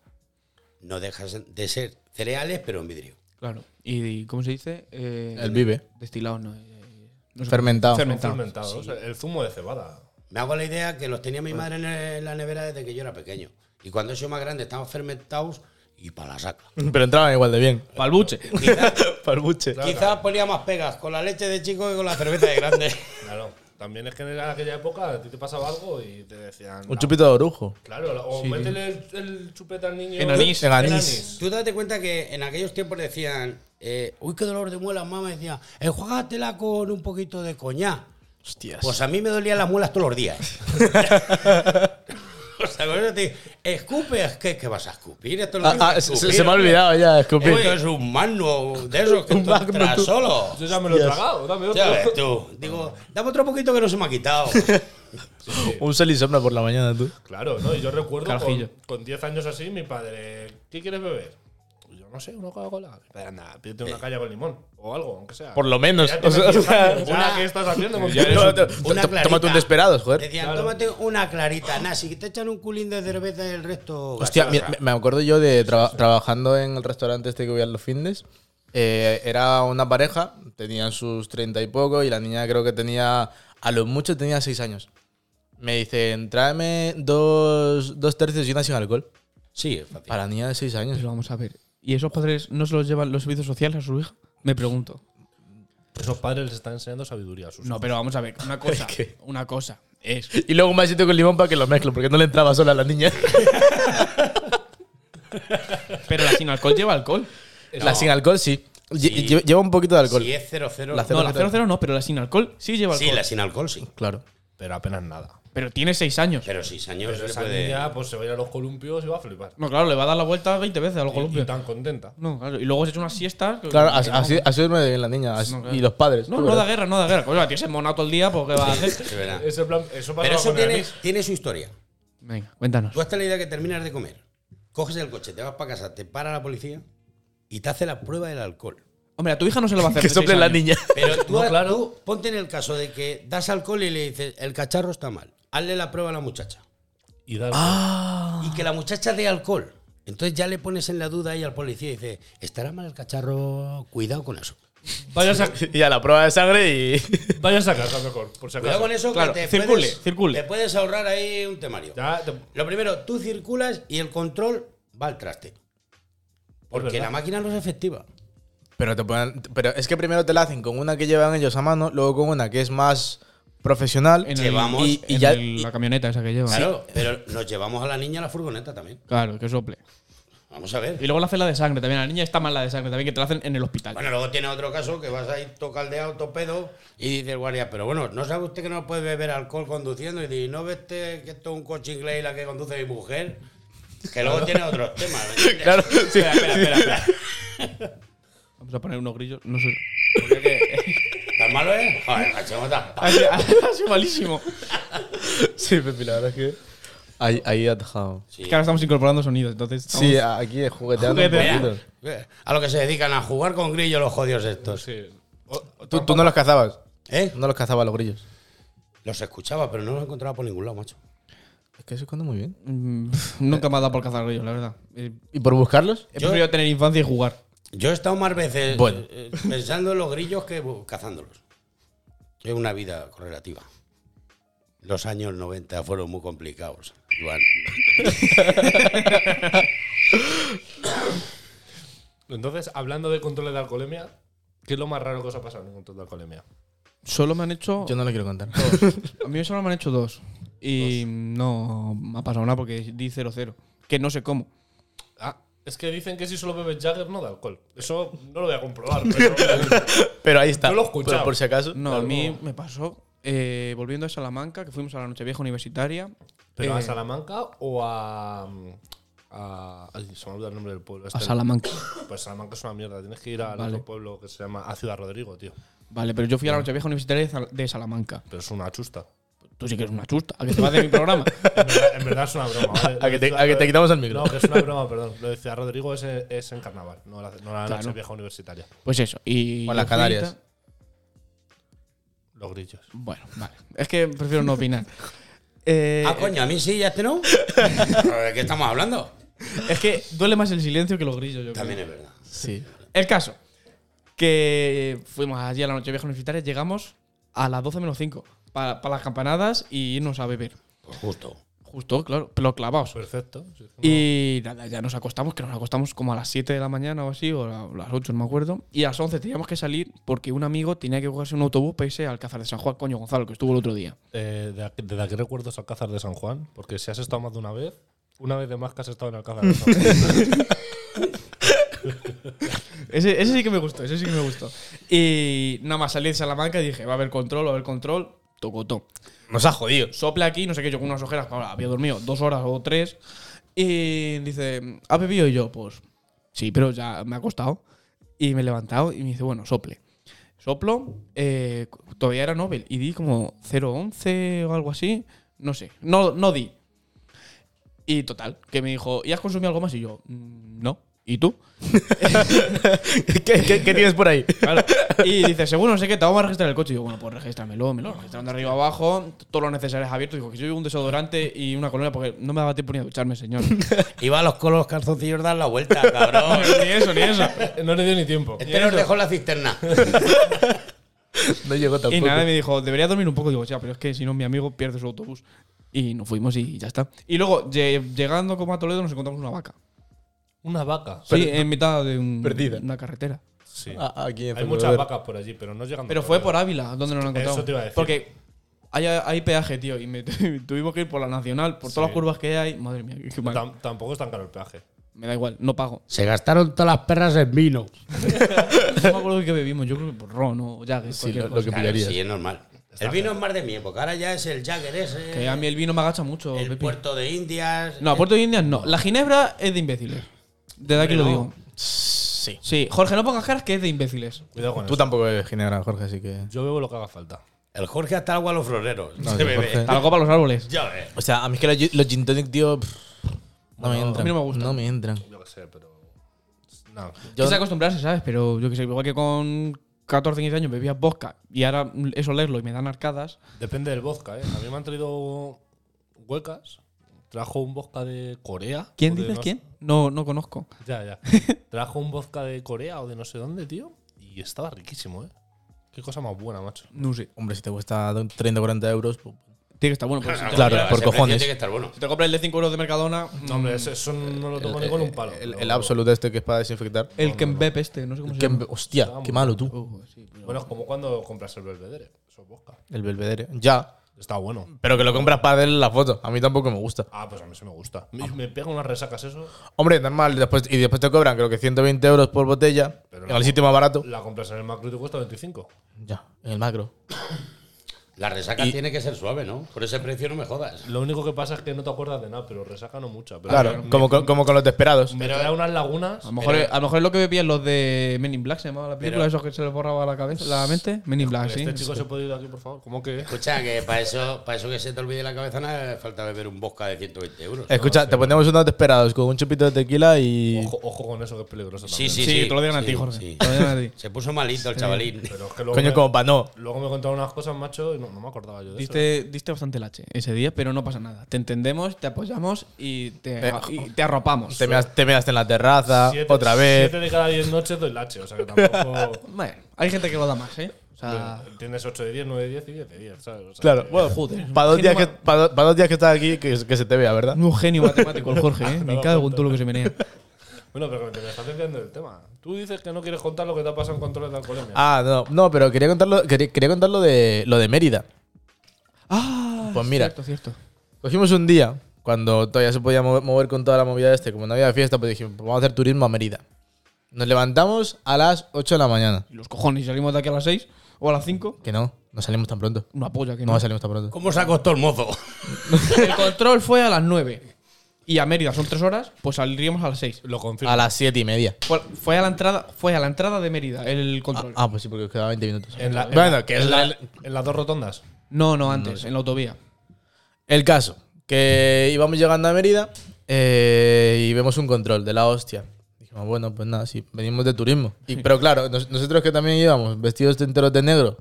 S4: No dejas de ser cereales, pero en vidrio.
S2: Claro. ¿Y, y cómo se dice? Eh,
S1: El vive.
S2: Destilado, no. eh, no sé.
S1: Fermentado.
S2: Fermentado.
S3: Fermentados, El zumo de cebada.
S4: Me hago la idea que los tenía mi madre en el- en la nevera desde que yo era pequeño. Y cuando he sido más grande estaban fermentados y para la saca.
S1: Pero entraban igual de bien. [LAUGHS]
S2: Palbuche.
S4: Quizás
S1: Para el buche.
S4: quizás ponía más pegas con la leche de chico que con la cerveza de grande.
S3: Claro. También es que en aquella época a ti te pasaba algo y te decían. "Ah,
S1: Un chupito de orujo.
S3: Claro, o
S2: Sí.
S3: métele el, el chupete al niño.
S2: En anís.
S1: En anís.
S4: Tú date cuenta que en aquellos tiempos decían, eh, uy, qué dolor de muelas, mamá, decía, enjuágatela con un poquito de coñac.
S1: Hostias.
S4: Pues a mí me dolían las muelas todos los días. [LAUGHS] o sea, con eso te digo, escupe, es que, que vas a escupir. Esto no
S1: Ah,
S4: tienes que
S1: ah, se, se-
S4: escupir,
S1: se me ha
S4: hombre.
S1: olvidado ya,
S2: Eh,
S1: escupir.
S4: Esto es un magno de esos
S1: [LAUGHS]
S4: que
S1: Un
S4: tú
S1: Magnum,
S4: entras
S1: tú.
S4: solo.
S3: Yo ya me lo he tragado, dame otro.
S4: Ya ves tú. Digo, dame otro poquito que no se me
S1: [LAUGHS]
S4: ha quitado.
S1: Un sol y sombra por la mañana, tú.
S3: Claro, ¿no? Y yo recuerdo con,
S2: Carajillo.
S3: con 10 años así, mi padre, ¿qué quieres beber? Pues Yo no sé, una Coca-Cola. Mi padre, anda, pídete una caña con limón o algo, aunque sea.
S1: Por lo menos.
S3: Ya
S1: O
S3: tienes
S1: sea,
S3: 10 años,
S1: una-
S3: ya, ¿qué estás haciendo? con
S1: Ya
S3: tu
S1: eres
S3: [LAUGHS] vida?
S1: un-
S4: Una
S1: to- Tómate
S4: clarita.
S1: un desesperados, joder.
S4: Decían, tómate una clarita. Nada, si te echan un culín de cerveza y el resto.
S1: Hostia,
S4: gaseosa.
S1: mira, me- me acuerdo yo de traba- trabajando en el restaurante este que voy a los findes. eh, era una pareja, tenían sus treinta y poco, y la niña creo que tenía, a lo mucho tenía seis años. Me dicen, tráeme dos, dos tercios y una sin alcohol.
S4: Sí, es fácil.
S1: Para la niña de seis años.
S2: Pero vamos a ver. ¿Y esos padres no se los llevan los servicios sociales a su hija? Me pregunto.
S3: Esos padres les están enseñando sabiduría a
S1: [LAUGHS]
S3: sus
S2: No, pero vamos a ver. Una cosa. Una cosa. Es.
S1: Y luego un vasito con limón para que lo mezclo, porque no le entraba sola a la
S2: [LAUGHS]
S1: niña.
S2: Pero la sin alcohol lleva alcohol.
S1: La sin alcohol, sí. Lle-
S4: Sí.
S1: lle- Lleva un poquito de alcohol.
S4: Si es 0-0.
S1: La
S2: No,
S1: Cero,
S2: la
S1: cero.
S2: 00 no, pero la sin alcohol sí lleva
S4: sí,
S2: alcohol.
S4: la sin alcohol sí.
S1: Claro.
S3: Pero apenas nada.
S2: Pero tiene 6 años.
S4: Pero sí, señor,
S3: Pero
S4: se le
S3: esa
S4: puede.
S3: niña pues, se va a ir a los columpios y va a flipar.
S2: No, claro, le va a dar la vuelta 20 veces a los
S3: Y, y
S2: columpios.
S3: tan contenta.
S2: No, claro. Y luego se echa unas siestas. que-
S1: Claro,
S2: que
S1: así,
S2: no.
S1: así, así duerme bien la niña. así-
S2: No, claro.
S1: Y los padres.
S2: No,
S1: tú
S2: no da
S1: verás.
S2: guerra, no da guerra. Coño, la tienes monado todo el día, pues ¿qué va a hacer?
S4: Se verá.
S3: Ese plan, eso pasa
S4: Pero eso
S3: con el
S2: ¿eh?
S4: tiene,
S3: anís.
S4: tiene su historia.
S2: Venga, cuéntanos.
S4: Tú hasta la idea que terminas de comer, coges el coche, te vas para casa, te para la policía y te hace la prueba del alcohol.
S2: Hombre, a tu hija no se lo va a
S1: [LAUGHS]
S2: hacer.
S1: Que
S2: de seis
S1: sople la
S2: años.
S1: niña.
S4: Pero tú,
S3: No, claro.
S4: tú ponte en el caso de que das alcohol y le dices, el cacharro está mal, hazle la prueba a la muchacha.
S3: Y da-
S4: Y que la muchacha dé alcohol. Entonces ya le pones en la duda ahí al policía y dice, estará mal el cacharro, cuidado con eso.
S3: Vaya, a sa-
S1: [LAUGHS] Y a la prueba de sangre y.
S3: vaya a sacarla mejor, por si
S4: Cuidado
S3: acaso.
S4: con eso
S2: Claro,
S4: que te
S2: circule,
S4: puedes,
S2: circule.
S4: te puedes ahorrar ahí un temario.
S3: Ya te-
S4: Lo primero, tú circulas y el control va al traste. Porque
S3: verdad.
S4: la máquina no es efectiva.
S1: Pero, te pueden- pero es que primero te la hacen con una que llevan ellos a mano, luego con una que es más profesional.
S2: En
S4: Llevamos-
S2: el,
S1: y
S2: en
S1: ya-
S2: el- la camioneta esa que lleva.
S4: Claro, pero nos llevamos a la niña a la furgoneta también.
S2: Claro, que sople.
S4: Vamos a ver.
S2: Y luego le hace la de sangre también. A la niña está mal la de sangre también, que te la hacen en el hospital.
S4: Bueno, luego tiene otro caso que vas ahí tocaldeado, topedo, y dice el guardia, pero bueno, ¿no sabe usted que no puede beber alcohol conduciendo? Y dice, ¿no ves que esto es un coche inglés y la que conduce mi mujer? Que luego tiene otros temas. ¿eh?
S1: Claro, sí.
S4: Espera, espera, espera. espera.
S2: Vamos a poner unos grillos. No sé.
S4: ¿Tan malo es? Joder, macho, no tan
S2: [LAUGHS]
S4: pa-
S2: Ha sido- ha sido malísimo.
S1: Sí, Pepi, la verdad es que. Ahí, ahí atajado.
S4: Sí.
S2: Es que ahora estamos incorporando sonidos, entonces. estamos-
S1: Sí, a- aquí jugueteando
S2: Juguetea.
S1: un poquito.
S4: Mira, A lo que se dedican a jugar con grillos los jodios estos.
S3: sí.
S2: Oh,
S3: O-
S1: ¿Tú, tú no los cazabas.
S4: ¿Eh?
S1: No los cazabas los grillos.
S4: Los escuchaba, pero no los encontraba por ningún lado, macho.
S1: Es que se esconde muy bien.
S2: Mm, Nunca me ha dado por cazar grillos, la verdad. Eh,
S1: ¿Y por buscarlos?
S2: He preferido tener infancia y jugar.
S4: Yo he estado más veces
S1: Bueno.
S4: eh, pensando en los grillos que bu- cazándolos. Es una vida correlativa. Los años 90 fueron muy complicados, Iván.
S1: Eh,
S3: Entonces, hablando de controles de alcoholemia, ¿qué es lo más raro que os ha pasado en un control de alcoholemia?
S2: Solo me han hecho.
S1: Yo no le quiero contar.
S2: A mí solo me han hecho dos. Y no me ha pasado nada porque di 0-0. Que no sé cómo.
S3: Ah, es que dicen que si solo bebes Jagger no da alcohol. Eso no lo voy
S1: [LAUGHS]
S3: a comprobar. pero-
S1: [LAUGHS] Pero ahí está.
S3: No lo he escuchado.
S1: Pero por si acaso.
S2: No, a mí me pasó. eh, volviendo a Salamanca, que fuimos a la Nochevieja Universitaria.
S3: ¿Pero
S2: eh,
S3: a Salamanca o a, a- ay, se me olvida el nombre del pueblo. este.
S2: a Salamanca.
S3: Pues Salamanca es una mierda. Tienes que ir al
S2: Vale.
S3: otro pueblo que se llama a Ciudad Rodrigo, tío.
S2: Vale, pero yo fui a la Nochevieja Universitaria de Sal- de Salamanca.
S3: Pero es una
S1: [LAUGHS]
S3: chusta.
S2: Tú sí que eres una chusta. ¿A que te vas [LAUGHS] de mi programa?
S3: En verdad, en verdad es una broma. ¿vale?
S1: A que te-
S3: Lo de
S1: a que te quitamos el micro.
S3: No, que es una broma, perdón. Lo de Ciudad Rodrigo es, es en carnaval, no la, no la
S2: Claro.
S3: noche vieja universitaria.
S2: Pues eso. Y
S1: O en las
S2: yo fui
S1: Canarias.
S2: y tal.
S3: Los grillos.
S2: Bueno, vale. Es que prefiero no opinar. [LAUGHS] Eh,
S4: ah, coño, a mí sí, ya este no. [LAUGHS] Pero ¿De qué estamos hablando?
S2: es que duele más el silencio que los grillos, yo creo.
S4: También es verdad.
S1: Sí. [LAUGHS]
S2: El caso. Que fuimos allí a la noche vieja universitaria, llegamos a las 12 menos 5 para las campanadas y irnos a beber.
S4: Pues justo.
S2: Justo, claro, pero clavados.
S3: Perfecto. sí.
S2: Y nada, ya nos acostamos, que nos acostamos como a las 7 de la mañana o así, o a las 8, no me acuerdo. Y a las 11 teníamos que salir porque un amigo tenía que cogerse un autobús para irse al Alcázar de San Juan, coño Gonzalo, que estuvo el otro día.
S3: Eh, de, aqu- ¿Desde aquí recuerdas Alcázar de San Juan? Porque si has estado más de una vez, una vez de más que has estado en Alcázar de San Juan. [LAUGHS]
S2: Ese, ese sí que me gustó, ese sí que me gustó. Y nada más salí de Salamanca y dije, va a haber control, va a haber control, tocotó.
S1: Nos ha jodido.
S2: Sopla aquí, no sé qué, yo con unas ojeras, claro, había dormido dos horas o tres. Y dice, ¿ha bebido? Y yo, pues sí, pero ya me ha acostado. Y me he levantado y me dice, bueno, sople. Soplo, eh, todavía era Nobel y di como 0,11 o algo así, no sé, no, no di. Y total, que me dijo, ¿y has consumido algo más? Y yo, "Mm, no. ¿Y tú?
S1: ¿Qué, qué, qué tienes por ahí?
S2: Claro. Y dice, seguro no sé qué, te vamos a registrar el coche. Y yo, bueno, pues regístramelo, me lo registraron de arriba abajo, todos los necesarios abiertos. Digo, que yo llevo un desodorante y una colonia porque no me daba tiempo ni a ducharme,
S3: [LAUGHS]
S2: señor.
S4: Iba a los colos calzoncillos dar la vuelta, cabrón.
S1: [LAUGHS]
S2: ni eso, ni eso.
S3: no le dio ni tiempo.
S4: Este nos dejó en la cisterna.
S1: No llegó tampoco.
S2: Y nada, me dijo, debería dormir un poco. Digo, ya, pero es que si no, mi amigo pierde su autobús. Y nos fuimos y ya está. Y luego, lle- llegando como a Toledo, nos encontramos una vaca.
S3: Una vaca.
S2: Sí, en mitad de un-
S1: Perdida.
S2: una carretera.
S3: Sí.
S1: Ah, aquí en
S3: Hay
S1: Ferrol.
S3: muchas vacas por allí, pero no llegan.
S2: Pero fue por Ávila donde nos la encontramos.
S3: te iba a decir.
S2: Porque hay, hay peaje, tío, y me [LAUGHS] tuvimos que ir por la nacional, por todas
S3: Sí.
S2: las curvas que hay. Madre mía, qué- qué mal.
S3: Tam- tampoco es tan caro el peaje.
S2: Me da igual, no pago.
S4: Se gastaron todas las perras en vino.
S2: No me acuerdo que bebimos, yo creo que por ron o Jagger,
S1: Sí,
S2: cualquier
S1: lo- lo
S2: cosa.
S1: que
S4: Claro,
S1: pillarías.
S4: sí, es normal. El vino es más de mi época. Ahora ya es el Jagger ese.
S2: Que a mí el vino me agacha mucho,
S4: el
S2: Pepi.
S4: puerto de Indias.
S2: No, Puerto de Indias no. La ginebra es de imbéciles. Desde aquí lo
S4: no.
S2: digo.
S1: Sí.
S2: Sí, Jorge, no pongas caras que es de imbéciles.
S3: Cuidado con
S1: Tú
S3: eso.
S1: tampoco bebes ginebra, Jorge, así que.
S3: Yo bebo lo que haga falta.
S4: El Jorge hasta agua a los floreros.
S1: No,
S4: se
S1: sí,
S4: bebe. eh.
S1: Jorge.
S2: Algo para los árboles.
S4: Ya ves.
S1: O sea, a mí es que los, los gin tonic, tío. pff, no me entran.
S2: a mí no me gustan.
S1: No me entran.
S3: Yo qué sé, pero. No.
S1: Yo-
S2: Es acostumbrarse, ¿sabes? Pero yo que sé, igual que con 14, 15 años bebía vodka y ahora mm, eso leerlo y me dan arcadas.
S3: Depende del vodka, ¿eh? A mí me han traído huecas. Trajo un vodka de Corea.
S2: ¿Quién
S3: o de
S2: dices
S3: no-
S2: quién? No, no conozco.
S3: Ya, ya. Trajo un vodka de Corea o de no sé dónde, tío. Y estaba riquísimo, ¿eh? Qué cosa más buena, macho.
S2: No sé.
S1: Hombre, si te cuesta 30 o 40 euros. pues-
S3: Ah,
S2: Tiene que estar bueno. Pero si, te,
S1: Claro,
S4: Ese
S1: por
S4: precio
S1: cojones.
S4: Tiene que
S2: [LAUGHS]
S4: estar bueno.
S2: si te compras el de 5 euros de Mercadona,
S3: No, hombre, ese- eso no lo tomo ni con un palo.
S1: El,
S3: pero-
S1: el Absolute este que es para desinfectar.
S2: el Kembep este, no sé cómo se
S1: Que-
S2: llama.
S1: hostia, qué malo tú.
S2: Oh, sí, pero-
S3: Bueno, es como cuando compras el Belvedere. Eso es vodka.
S1: El Belvedere. Ya.
S3: Está bueno.
S1: Pero que lo compras para darle la foto. A mí tampoco me gusta.
S3: Ah, pues a mí sí me gusta. Me, me pega unas resacas eso.
S1: Hombre, normal. Después, y después te cobran, creo que 120 euros por botella.
S3: Pero
S1: en
S3: no.
S1: el sitio más barato.
S3: La compras en el macro y te cuesta 25.
S1: Ya, en el macro.
S4: La resaca tiene que ser suave, ¿no? Por ese precio no me jodas.
S3: Lo único que pasa es que no te acuerdas de nada, pero resaca no mucha. Pero
S1: Claro,
S3: me-
S1: como, como con los desesperados.
S3: Me trae unas lagunas.
S2: A lo, mejor, a lo mejor es lo que bebían los de Men in Black, se llamaba la película, esos que se les borraba la cabeza, la mente. Men in Black, sí.
S3: Este chico se puede ir de aquí, por favor. ¿Cómo que?
S4: Escucha, que para eso, para eso que se te olvide la cabeza nada falta beber un vodka de 120 euros.
S1: Escucha, te ponemos unos desesperados con un chupito de tequila y.
S3: Ojo, ojo con eso, que es peligroso
S4: Sí,
S3: también.
S4: sí,
S2: Sí,
S4: sí.
S2: te lo digan a ti,
S4: sí,
S2: Jorge.
S4: sí.
S2: Te lo digan a ti.
S4: Se puso malito el chavalín.
S3: Pero es que luego,
S1: Coño,
S3: me,
S1: como para no.
S3: luego me contaron unas cosas, macho, y no, no me acordaba yo de eso.
S2: Diste, diste bastante lache ese día, pero no pasa nada. Te entendemos, te apoyamos y te,
S1: Eh,
S2: y te arropamos.
S1: Te meas, te meas en la terraza, Ah, otra vez.
S3: Siete de cada diez noches doy lache, o sea que
S1: [LAUGHS]
S3: tampoco.
S2: Bueno, hay gente que lo da más, ¿eh? O sea,
S3: Tienes 8 de 10, 9 de 10 y 10 de 10, ¿sabes? O sea,
S1: Claro,
S3: que-
S1: bueno,
S2: joder.
S1: para dos,
S2: genio
S1: días que,
S2: ma-
S1: pa' do- pa' dos días que estás aquí, que, que se te vea, ¿verdad?
S2: Un genio matemático el Jorge, ¿eh? Me cago en todo lo que se menea.
S3: Bueno, pero que te me estás desviando del tema. Tú dices que no quieres contar lo que te ha pasado en controles de alcoholemia.
S1: Ah, no, no, pero quería contar lo, quería, quería contar lo de, lo de Mérida.
S2: Ah,
S1: Pues mira.
S2: Cierto, cierto.
S1: Cogimos un día, cuando todavía se podía mover, mover con toda la movida este, como no había fiesta, pues dijimos, pues vamos a hacer turismo a Mérida. Nos levantamos a las 8 de la mañana.
S2: Y los cojones, si salimos de aquí a las 6 o a las 5,
S1: Que no, no salimos tan pronto.
S2: una polla que no.
S1: No salimos tan pronto.
S4: ¿Cómo se acostó el mozo?
S2: [LAUGHS] El control fue a las 9 y a Mérida son 3 horas, pues saldríamos a las 6.
S3: Lo confirmo.
S1: A las 7 y media.
S2: Fue, fue a la entrada, fue a la entrada de Mérida el control.
S1: Ah, pues sí, porque os quedaba 20 minutos.
S3: En la-
S1: bueno, que es
S3: en,
S1: la,
S3: la- en las dos rotondas.
S2: ah. No, no, antes, en la autovía.
S1: El caso, que íbamos llegando a Mérida eh, y vemos un control de la hostia. Dijimos, bueno, pues nada, sí, venimos de turismo. Y, pero claro, nos- nosotros que también íbamos vestidos de enteros de negro,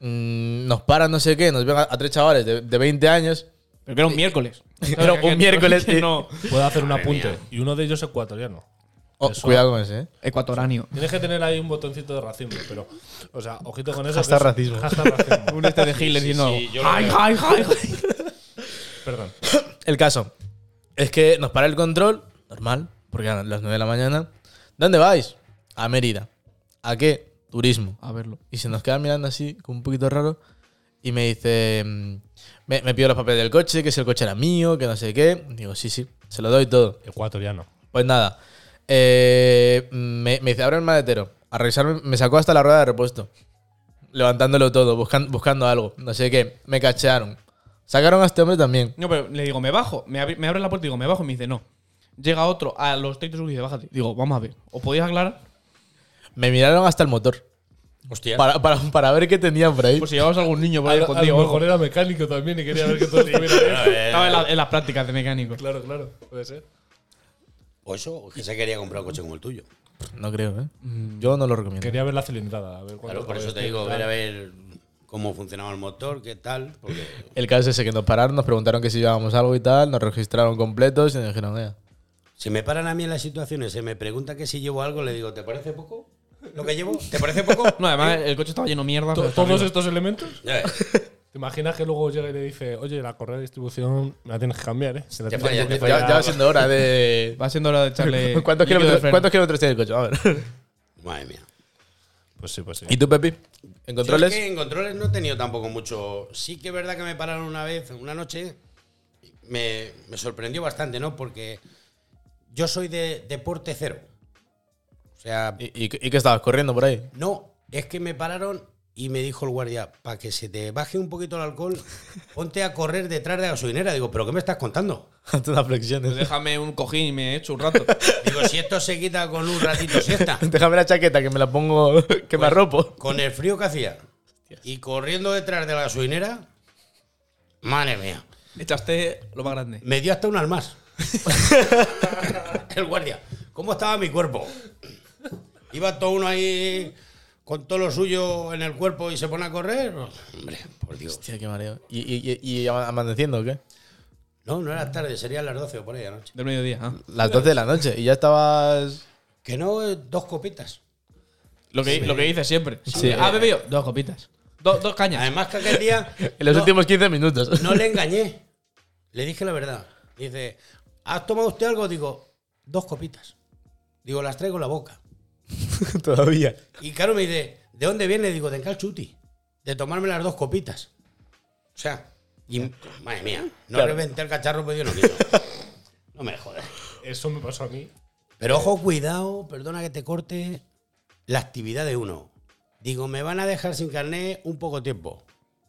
S1: mm, nos paran no sé qué, nos ven a, a tres chavales de, de 20 años.
S2: Pero que era un [LAUGHS] miércoles.
S1: Era un miércoles,
S2: Que
S1: sí.
S2: no.
S3: Puedo hacer un apunte. Y uno de ellos ecuatoriano.
S1: Oh,
S3: Eso.
S1: cuidado con ese, ¿eh?
S2: Ecuatoráneo.
S3: Tienes que tener ahí un botoncito de racismo, pero. O sea, ojito con eso.
S1: Hashtag
S3: que es-
S1: racismo.
S3: hashtag racismo. [LAUGHS]
S2: Un este de [LAUGHS] Hitler
S4: sí,
S2: diciendo.
S4: sí, yo lo
S2: ¡Ay,
S4: veo.
S2: ay, ay, ay!
S3: Perdón.
S1: El caso es que nos para el control, normal, porque eran las 9 de la mañana. ¿Dónde vais? A Mérida. ¿A qué? Turismo.
S2: A verlo.
S1: Y se nos queda mirando así, como un poquito raro. Y me dice, mm, me, me pido los papeles del coche, que si el coche era mío, que no sé qué. Digo, sí, sí, se lo doy todo.
S3: Ecuatoriano.
S1: Pues nada, eh, me, me dice, abre el maletero. A revisarme, me sacó hasta la rueda de repuesto. Levantándolo todo, buscan- buscando algo. No sé qué, me cachearon. Sacaron a este hombre también.
S2: No, pero le digo, me bajo. Me, abri- me abre la puerta y digo, me bajo. Y me dice, no. Llega otro a los 30 segundos y dice, bájate. Digo, vamos a ver. ¿Os podéis aclarar?
S1: Me miraron hasta el motor.
S4: Hostia.
S1: Para, para, para ver qué tenían por ahí.
S2: Pues si llevabas algún niño por ahí escondido. o algo.
S3: mejor era mecánico también y quería ver que todo estuviera
S4: Eh,
S3: bien.
S2: Estaba en, la- en las prácticas de mecánico.
S3: Claro, claro, puede ser.
S4: O eso, o que se quería comprar un coche como el tuyo.
S1: No creo, ¿eh? Yo no lo recomiendo.
S3: Quería ver la cilindrada. A ver cuánto este.
S4: Claro, por
S3: joder,
S4: eso te
S3: tío,
S4: digo, a
S3: claro.
S4: ver a ver cómo funcionaba el motor, qué tal. Porque
S1: El caso es ese que nos pararon, nos preguntaron que si llevábamos algo y tal, nos registraron completos y nos dijeron, "Ea".
S4: si me paran a mí en las situaciones, se me pregunta que si llevo algo, le digo, ¿te parece poco? ¿Lo que llevo? ¿Te parece poco?
S2: No, además el coche estaba lleno de mierda.
S3: To-
S2: pero
S3: Todos
S2: horrible.
S3: estos elementos.
S4: Ya ves,
S3: ¿Te imaginas que luego llega y le dice, oye, la correa de distribución me la tienes que cambiar, eh? Se la
S4: Te
S3: tienes
S4: falla,
S3: que
S4: te
S1: ya,
S4: falla.
S1: ya va siendo hora de... [LAUGHS]
S2: Va siendo hora de echarle. [LAUGHS]
S1: ¿Cuántos
S2: líquido de
S1: kilómetros,
S2: freno.
S1: ¿Cuántos kilómetros tiene el coche? A ver.
S4: Madre mía.
S3: cambiar". Pues sí, pues sí.
S1: ¿Y tú, Pepi? ¿En
S4: Yo es
S1: controles?
S4: que en controles no he tenido tampoco mucho. Sí que es verdad que me pararon una vez, una noche. Me, me sorprendió bastante, ¿no? Porque yo soy de deporte cero. O sea,
S1: ¿Y, y, y qué estabas corriendo por ahí? [LAUGHS]
S4: no, es que me pararon y me dijo el guardia, para que se te baje un poquito el alcohol, ponte a correr detrás de la gasolinera. Digo, ¿pero qué me estás contando?
S1: Hazte unas flexiones.
S2: Déjame un cojín y me echo un [LAUGHS] rato.
S4: Digo, si esto se quita con un ratito siesta.
S1: [LAUGHS] Déjame la chaqueta que me la pongo, [LAUGHS] que me arropo.
S4: Con el frío que hacía y corriendo detrás de la gasolinera, madre mía.
S2: Echaste lo más grande.
S4: Me dio hasta un más. [LAUGHS] el guardia. ¿Cómo estaba mi cuerpo? Iba todo uno ahí con todo lo suyo en el cuerpo y se pone a correr. Hombre, por Dios.
S1: Hostia, qué mareo. ¿Y, y, y, y ama- amaneciendo o qué?
S4: No, no era tarde, serían las 12 o por ahí anoche.
S2: Del mediodía. ah.
S1: Las 12 de la noche y ya estabas.
S4: Que no, eh, dos copitas.
S2: Lo, que, lo que dices siempre.
S1: Sí.
S2: Ah, bebido dos copitas. Do- dos cañas.
S4: Además que aquel día
S1: [LAUGHS] En los
S4: no,
S1: últimos 15 minutos. [LAUGHS]
S4: no le engañé. Le dije la verdad. Dice, ¿has tomado usted algo? Digo, dos copitas. Digo, las traigo en la boca.
S1: [LAUGHS] Todavía.
S4: Y claro, me dice, ¿de dónde viene? Digo, de Encalchuti. De tomarme las dos copitas. O sea, y, madre mía, no
S1: Claro.
S4: reventé el cacharro porque yo no quiero. No me jodas.
S3: Eso me pasó a mí.
S4: Pero ojo, cuidado, perdona que te corte la actividad de uno. Digo, me van a dejar sin carnet un poco tiempo.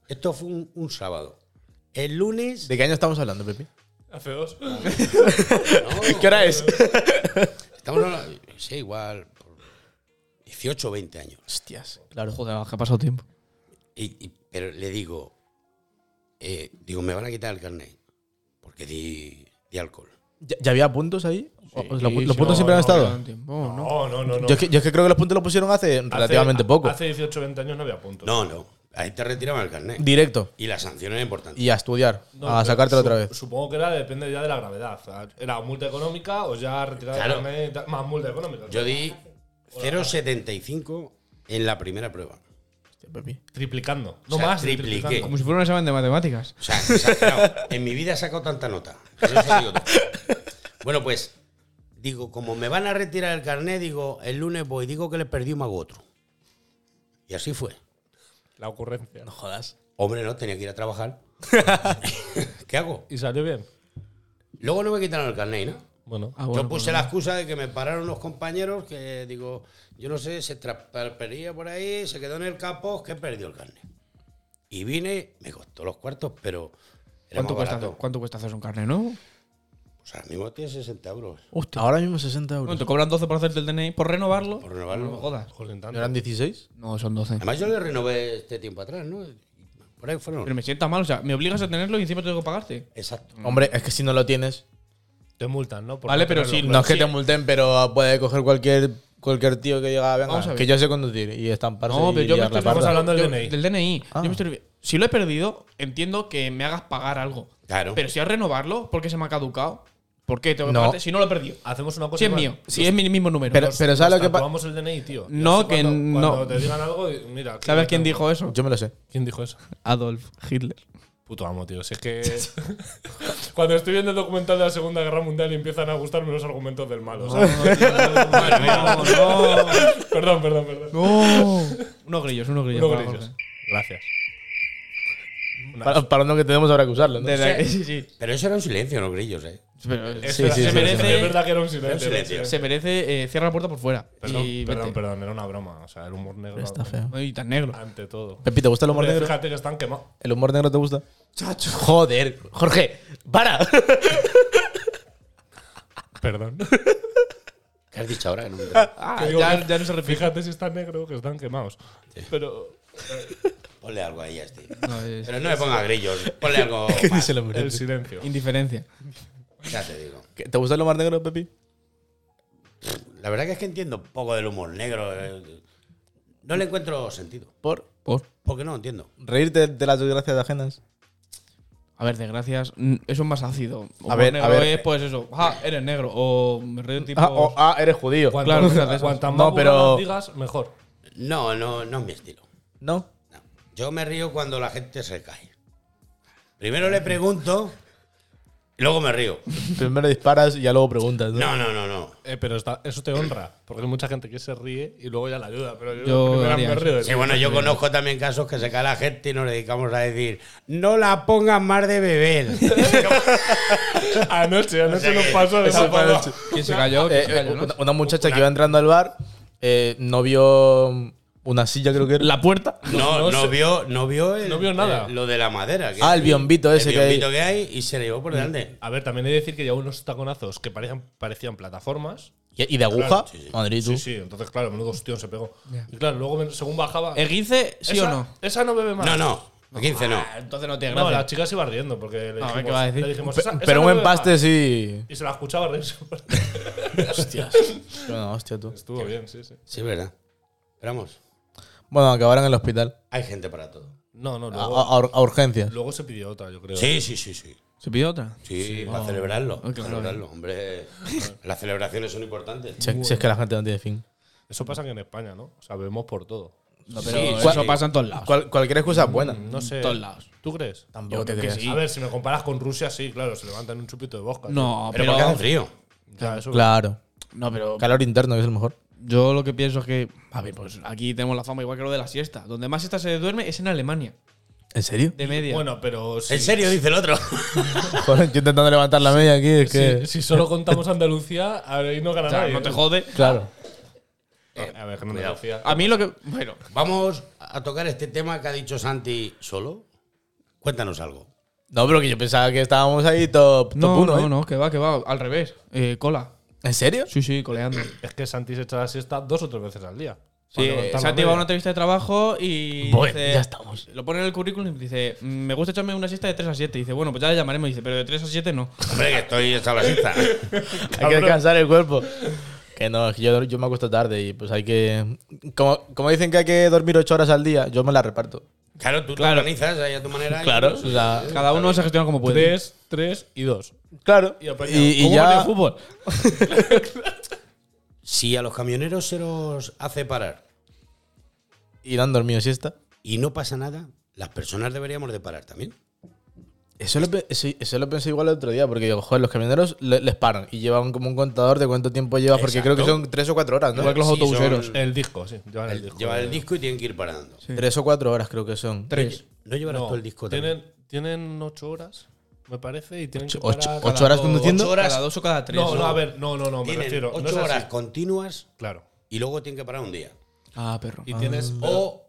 S4: Esto fue un, un sábado. El lunes.
S1: ¿De qué año estamos hablando, Pepi?
S3: Hace dos.
S4: no,
S1: ¿Qué hora es?
S4: estamos hablando- Sí, igual. por 18 o 20 años.
S1: Hostias, claro.
S2: Joder, que ha pasado tiempo.
S4: Y- y- pero le digo, eh, digo, me van a quitar el carnet porque di, di alcohol.
S1: ¿Ya, ya había puntos ahí? ¿O- o ¿Los, los
S2: Sí,
S1: puntos
S2: no,
S1: siempre han
S2: no,
S1: estado?
S2: no, tiempo, no.
S3: No, no, no. no.
S1: Yo, es que, yo es que creo que los puntos los pusieron hace
S3: Hace-
S1: relativamente poco.
S3: Hace 18 20 años no había puntos.
S4: No, no, ahí te retiraban el carnet.
S1: Directo.
S4: Y la sanción era importante.
S1: Y a estudiar.
S3: No,
S1: a
S3: pero
S1: sacártelo
S3: su-
S1: otra vez.
S3: Supongo que era, depende ya de la gravedad. O sea, Era multa económica o ya retirada
S4: Claro.
S3: de carnet, y tal, más multa económica.
S4: Yo di 0,75 en la primera prueba.
S1: Hostia, Pepi.
S3: triplicando. No
S4: O sea,
S3: más.
S4: tripliqué.
S3: triplicando.
S2: Como si fuera un examen de matemáticas.
S4: O sea, [LAUGHS] exagerado. en mi vida he sacado tanta nota. Eso te digo todo. Bueno, pues, digo, como me van a retirar el carnet, digo, el lunes voy, digo que le perdí un mago otro. Y así fue.
S3: La ocurrencia.
S1: jodas.
S4: Hombre, no, tenía que ir a trabajar. ¿Qué hago?
S3: ¿Y salió bien?
S4: Luego no me quitaron el carnet, ¿no?
S3: Bueno.
S2: Ah, bueno,
S4: yo puse
S2: pues
S4: la excusa de que me pararon unos compañeros que, digo, yo no sé, se trasperpería por ahí, se quedó en el capó, que perdió el carnet. Y vine, me costó los cuartos, pero era
S2: ¿Cuánto
S4: más
S2: cuesta,
S4: barato.
S2: cuánto cuesta hacerse un carne, no?
S4: Pues ahora mismo tiene 60 euros
S1: Hostia. Ahora mismo 60 euros.
S2: Bueno, te cobran 12 por hacerte el DNI, por renovarlo.
S4: por
S2: No me
S4: renovarlo.
S2: jodas.
S3: Joder,
S1: ¿No
S3: tanto.
S1: eran 16?
S2: No, son 12.
S4: Además yo le renové este tiempo atrás, ¿no? Por ahí
S2: Pero
S4: fueron.
S2: me sienta mal, o sea, me obligas a tenerlo y encima tengo que pagarte.
S4: Exacto.
S2: Mm.
S1: Hombre, es que si no lo tienes.
S3: Te multan, ¿no? Por
S2: Vale,
S3: no
S2: pero sí,
S3: tenerlo.
S1: No es que
S2: Pues sí.
S1: te multen, pero puede coger cualquier, cualquier tío que diga, venga,
S2: Vamos a ver.
S1: que yo sé conducir y estamparse.
S2: No,
S1: y
S2: pero yo me
S1: liar
S2: estoy
S1: la parda.
S3: Estamos hablando del
S2: yo-
S3: DNI.
S2: Del DNI.
S1: Ah.
S2: Yo me estoy- Si lo he perdido, entiendo que me hagas pagar algo.
S4: Claro.
S2: Pero si al renovarlo, ¿por qué se me ha caducado? ¿Por qué tengo que
S1: No.
S2: pagarte si no lo he perdido?
S3: Hacemos una cosa.
S2: Si es
S3: Pues igual.
S2: mío, si es mi mismo número.
S1: Pero, pero ¿sabes lo que pasa?
S3: Vamos el DNI, tío. Y
S2: No,
S3: así
S2: que
S3: cuando-
S2: no.
S3: Cuando te digan algo, y mira. que
S2: ¿Sabes
S3: yo
S2: quién
S3: tengo-
S2: dijo eso?
S1: Yo me lo sé.
S3: ¿Quién dijo eso?
S2: Adolf Hitler. [LAUGHS]
S3: Puto amo, tío. Si es que. cuando estoy viendo el documental de la Segunda Guerra Mundial y empiezan a gustarme los argumentos del malo. ¿sabes?
S2: no,
S3: perdón, perdón, perdón.
S2: no. ¡Oh! Unos grillos, unos grillos.
S3: Unos
S2: para
S3: grillos.
S2: Jorge.
S3: Gracias.
S1: Para, para lo que tenemos ahora que usarlo. ¿no?
S2: Desde aquí- sí, sí.
S4: Pero eso era un silencio, los grillos, ¿eh?
S2: Pero
S3: Es
S1: Sí,
S3: verdad-
S1: sí,
S3: es
S1: sí,
S3: verdad-
S2: sí.
S3: Es verdad que era un silencio.
S4: Era un silencio.
S2: Se merece eh, cierra la puerta por fuera.
S3: Perdón,
S2: y vete.
S3: perdón, Ah, perdón, era una broma. O sea, el humor negro.
S1: Está feo.
S2: Ay, tan negro.
S3: Ante todo.
S1: Pepi, ¿te gusta el humor
S3: Hombre,
S1: negro?
S3: fíjate que están quemados.
S1: ¿El humor negro te gusta? Joder, Jorge, para.
S3: [LAUGHS] Perdón.
S4: ¿Qué has dicho ahora? No me-
S2: Ah,
S3: Que digo
S2: ya,
S3: que-
S2: ya no se refiere.
S3: Fíjate si está negro, que están quemados. Pero
S4: Ponle algo ahí a este.
S2: No, es
S3: [LAUGHS]
S4: Pero no le ponga grillos. Ponle algo.
S1: ni
S4: más,
S1: se lo
S3: el
S1: merece.
S3: silencio.
S2: indiferencia.
S4: Ya te digo.
S1: ¿Qué- ¿Te gusta el humor negro, Pepi?
S4: La verdad que es que entiendo poco del humor negro. eh. No le encuentro sentido.
S1: Por
S2: Por.
S4: Porque no entiendo.
S1: reírte de las desgracias ajenas.
S2: A ver, desgracias. mm, Eso es más ácido. Humor
S1: ver, a
S2: negro
S1: ver.
S2: es pues eso. Ah, eres negro. O me río tipo.
S1: Ah, o, ah, eres judío.
S3: Cuanto-
S2: Claro, cosas de esas.
S3: cuantas más
S1: No, pero-
S3: burradas digas, mejor.
S4: No, no, no es mi estilo.
S1: No.
S4: No. Yo me río cuando la gente se cae. Primero le pregunto Luego me río.
S1: Primero disparas y ya luego preguntas. ¿no?
S2: [LAUGHS]
S4: No, no, no, no.
S3: Eh, pero está- eso te honra, porque hay mucha gente que se ríe y luego ya la ayuda. Pero yo,
S2: Yo
S3: primero
S2: haría
S3: me
S2: eso.
S3: río. de
S4: Sí,
S3: ti.
S4: bueno, yo conozco también casos que se cae la gente y nos dedicamos a decir, no la pongas más de
S3: [LAUGHS]
S4: beber.
S3: [LAUGHS] Anoche, anoche
S4: sea
S3: nos
S4: que-
S3: pasó.
S1: Eso
S3: nos
S1: fue
S3: pasó.
S1: anoche.
S2: ¿Quién
S1: [LAUGHS]
S2: se cayó? ¿Quién
S1: Eh,
S2: se
S1: eh,
S2: cayó, no?
S1: una, una muchacha que iba entrando al bar eh, no vio una silla, creo que era.
S2: La puerta.
S4: No,
S3: No
S4: no
S3: sé.
S4: vio, no vio, el-
S3: No vio nada.
S4: el- lo de la madera. que-
S1: Ah, el biombito ese
S4: el
S1: que hay.
S4: biombito que hay. y se le llevó
S3: Mm.
S4: por delante.
S3: A ver, también he de decir que llevaba unos taconazos que parecían, parecían plataformas.
S1: ¿Y y de aguja?
S4: Claro, sí, sí.
S1: Madrid, tú.
S3: Sí, sí, entonces, claro, menudo ostión se pegó. Y claro, luego me- según bajaba.
S2: ¿Eguice, sí
S3: esa,
S2: o no?
S3: Esa no bebe más.
S4: No, no, 15 no.
S2: Entonces no tiene
S3: No, la chica se iba riendo porque le
S2: A
S3: dijimos.
S2: ver, ¿qué va a decir?
S3: le dijimos,
S1: Pe-
S3: Pues "Esa- esa
S1: Pero
S3: no
S1: un
S3: bebe
S1: empaste
S3: más".
S1: sí.
S3: Y se la escuchaba reírse.
S4: Hostias.
S1: Bueno, hostia, tú.
S3: Estuvo bien, sí, sí.
S4: Sí, es verdad. Esperamos.
S1: Bueno, acabaron en el hospital.
S4: Hay gente para todo.
S3: No, no,
S1: A,
S3: luego,
S1: a- a ur- a urgencias.
S3: luego se pidió otra, yo creo.
S4: Sí, sí, sí, sí.
S2: ¿Se pidió otra?
S4: Sí, para celebrarlo.
S2: claro.
S4: para celebrarlo. [LAUGHS] Hombre, las celebraciones son importantes.
S1: Si, si es que la gente no tiene fin.
S3: Eso pasa que en España, ¿no? O sea, bebemos por todo.
S2: No,
S4: Sí,
S2: pero
S4: sí.
S2: eso pasa en todos lados.
S1: Cual- cualquier excusa es buena.
S3: No sé.
S2: todos lados.
S3: ¿Tú crees?
S1: Tampoco te
S2: creo que
S1: creas.
S2: sí.
S3: A ver, si me comparas con Rusia, sí, claro, se levantan un chupito de vodka.
S2: No,
S4: Pero,
S2: pero.
S4: porque hace frío.
S3: Ya, eso-
S1: Claro.
S2: No, pero.
S1: Calor interno que es el mejor.
S2: Yo lo que pienso es que. A ver, pues aquí tenemos la fama igual que lo de la siesta. Donde más siesta se duerme es en Alemania,
S1: ¿En serio?
S2: de media.
S3: Bueno, pero si,
S4: En serio, dice el [LAUGHS] otro.
S1: Joder, [LAUGHS] yo intentando levantar la media aquí, es
S3: si,
S1: que.
S3: si solo contamos Andalucía, ahí no eh, gana
S2: O sea,
S3: nadie.
S2: no te jode.
S1: Claro.
S3: A ver, que no me decía.
S2: A mí lo que. Bueno,
S4: Vamos a tocar este tema que ha dicho Santi solo. Cuéntanos algo.
S1: No, pero que yo pensaba que estábamos ahí top, top
S2: no,
S1: uno.
S2: no,
S1: ¿eh?
S2: no, que va, que va, al revés. Eh, cola.
S1: ¿En serio?
S2: Sí, sí, coleando.
S3: Es que Santi se echa la siesta dos o tres veces al día.
S2: Sí,
S3: Para levantar
S2: se ha
S3: la
S2: activado una
S3: media.
S2: entrevista de trabajo y.
S1: Bueno,
S2: dice-
S1: ya estamos.
S2: Lo pone en el currículum y dice: "Mm, Me gusta echarme una siesta de 3 a 7. dice: Bueno, pues ya le llamaremos. dice: Pero de 3 a 7 no.
S4: Hombre, que estoy hecha la siesta.
S1: Hay que descansar el cuerpo. Que no, es que yo, yo me acuesto tarde y pues hay que. Como, como dicen que hay que dormir ocho horas al día, yo me la reparto.
S4: [LAUGHS] Claro, tú
S2: Claro.
S4: te organizas ahí a tu manera.
S1: Claro. O
S2: [LAUGHS]
S1: sea,
S2: Cada uno se gestiona como puede.
S3: Tres, tres y dos.
S1: claro.
S3: Y apañado.
S1: Y, y
S3: ¿Cómo
S1: ya.
S3: vale el fútbol?
S4: Si a los camioneros se los hace parar
S1: Y no han dormido siesta.
S4: y no pasa nada, las personas deberíamos de parar también.
S1: Eso lo, pe- eso, eso lo pensé igual el otro día, porque digo, joder, los camioneros le- les paran y llevan como un contador de cuánto tiempo llevas, porque creo que
S4: Exacto.
S1: son tres o cuatro horas, ¿no?
S2: Igual que los
S4: Sí,
S2: autobuseros.
S4: son-
S3: El disco, sí. Llevan el, disco.
S4: Llevar el disco y tienen que ir parando.
S1: Tres o cuatro horas creo que son.
S2: Tres.
S4: No llevarás
S3: No,
S4: todo el disco también.
S3: tienen, tienen ocho horas, me parece, y tienen que
S1: Ocho-
S3: parar
S1: ocho
S3: cada
S1: horas
S3: dos-
S1: conduciendo.
S4: ocho horas.
S2: Cada dos o cada tres.
S3: No, no, a ver, no, no, no, me
S4: Tienen
S3: refiero. no
S4: ocho
S3: es así.
S4: horas continuas
S3: Claro.
S4: y luego tienen que parar un día.
S2: Ah, perro.
S3: Y tienes.
S4: O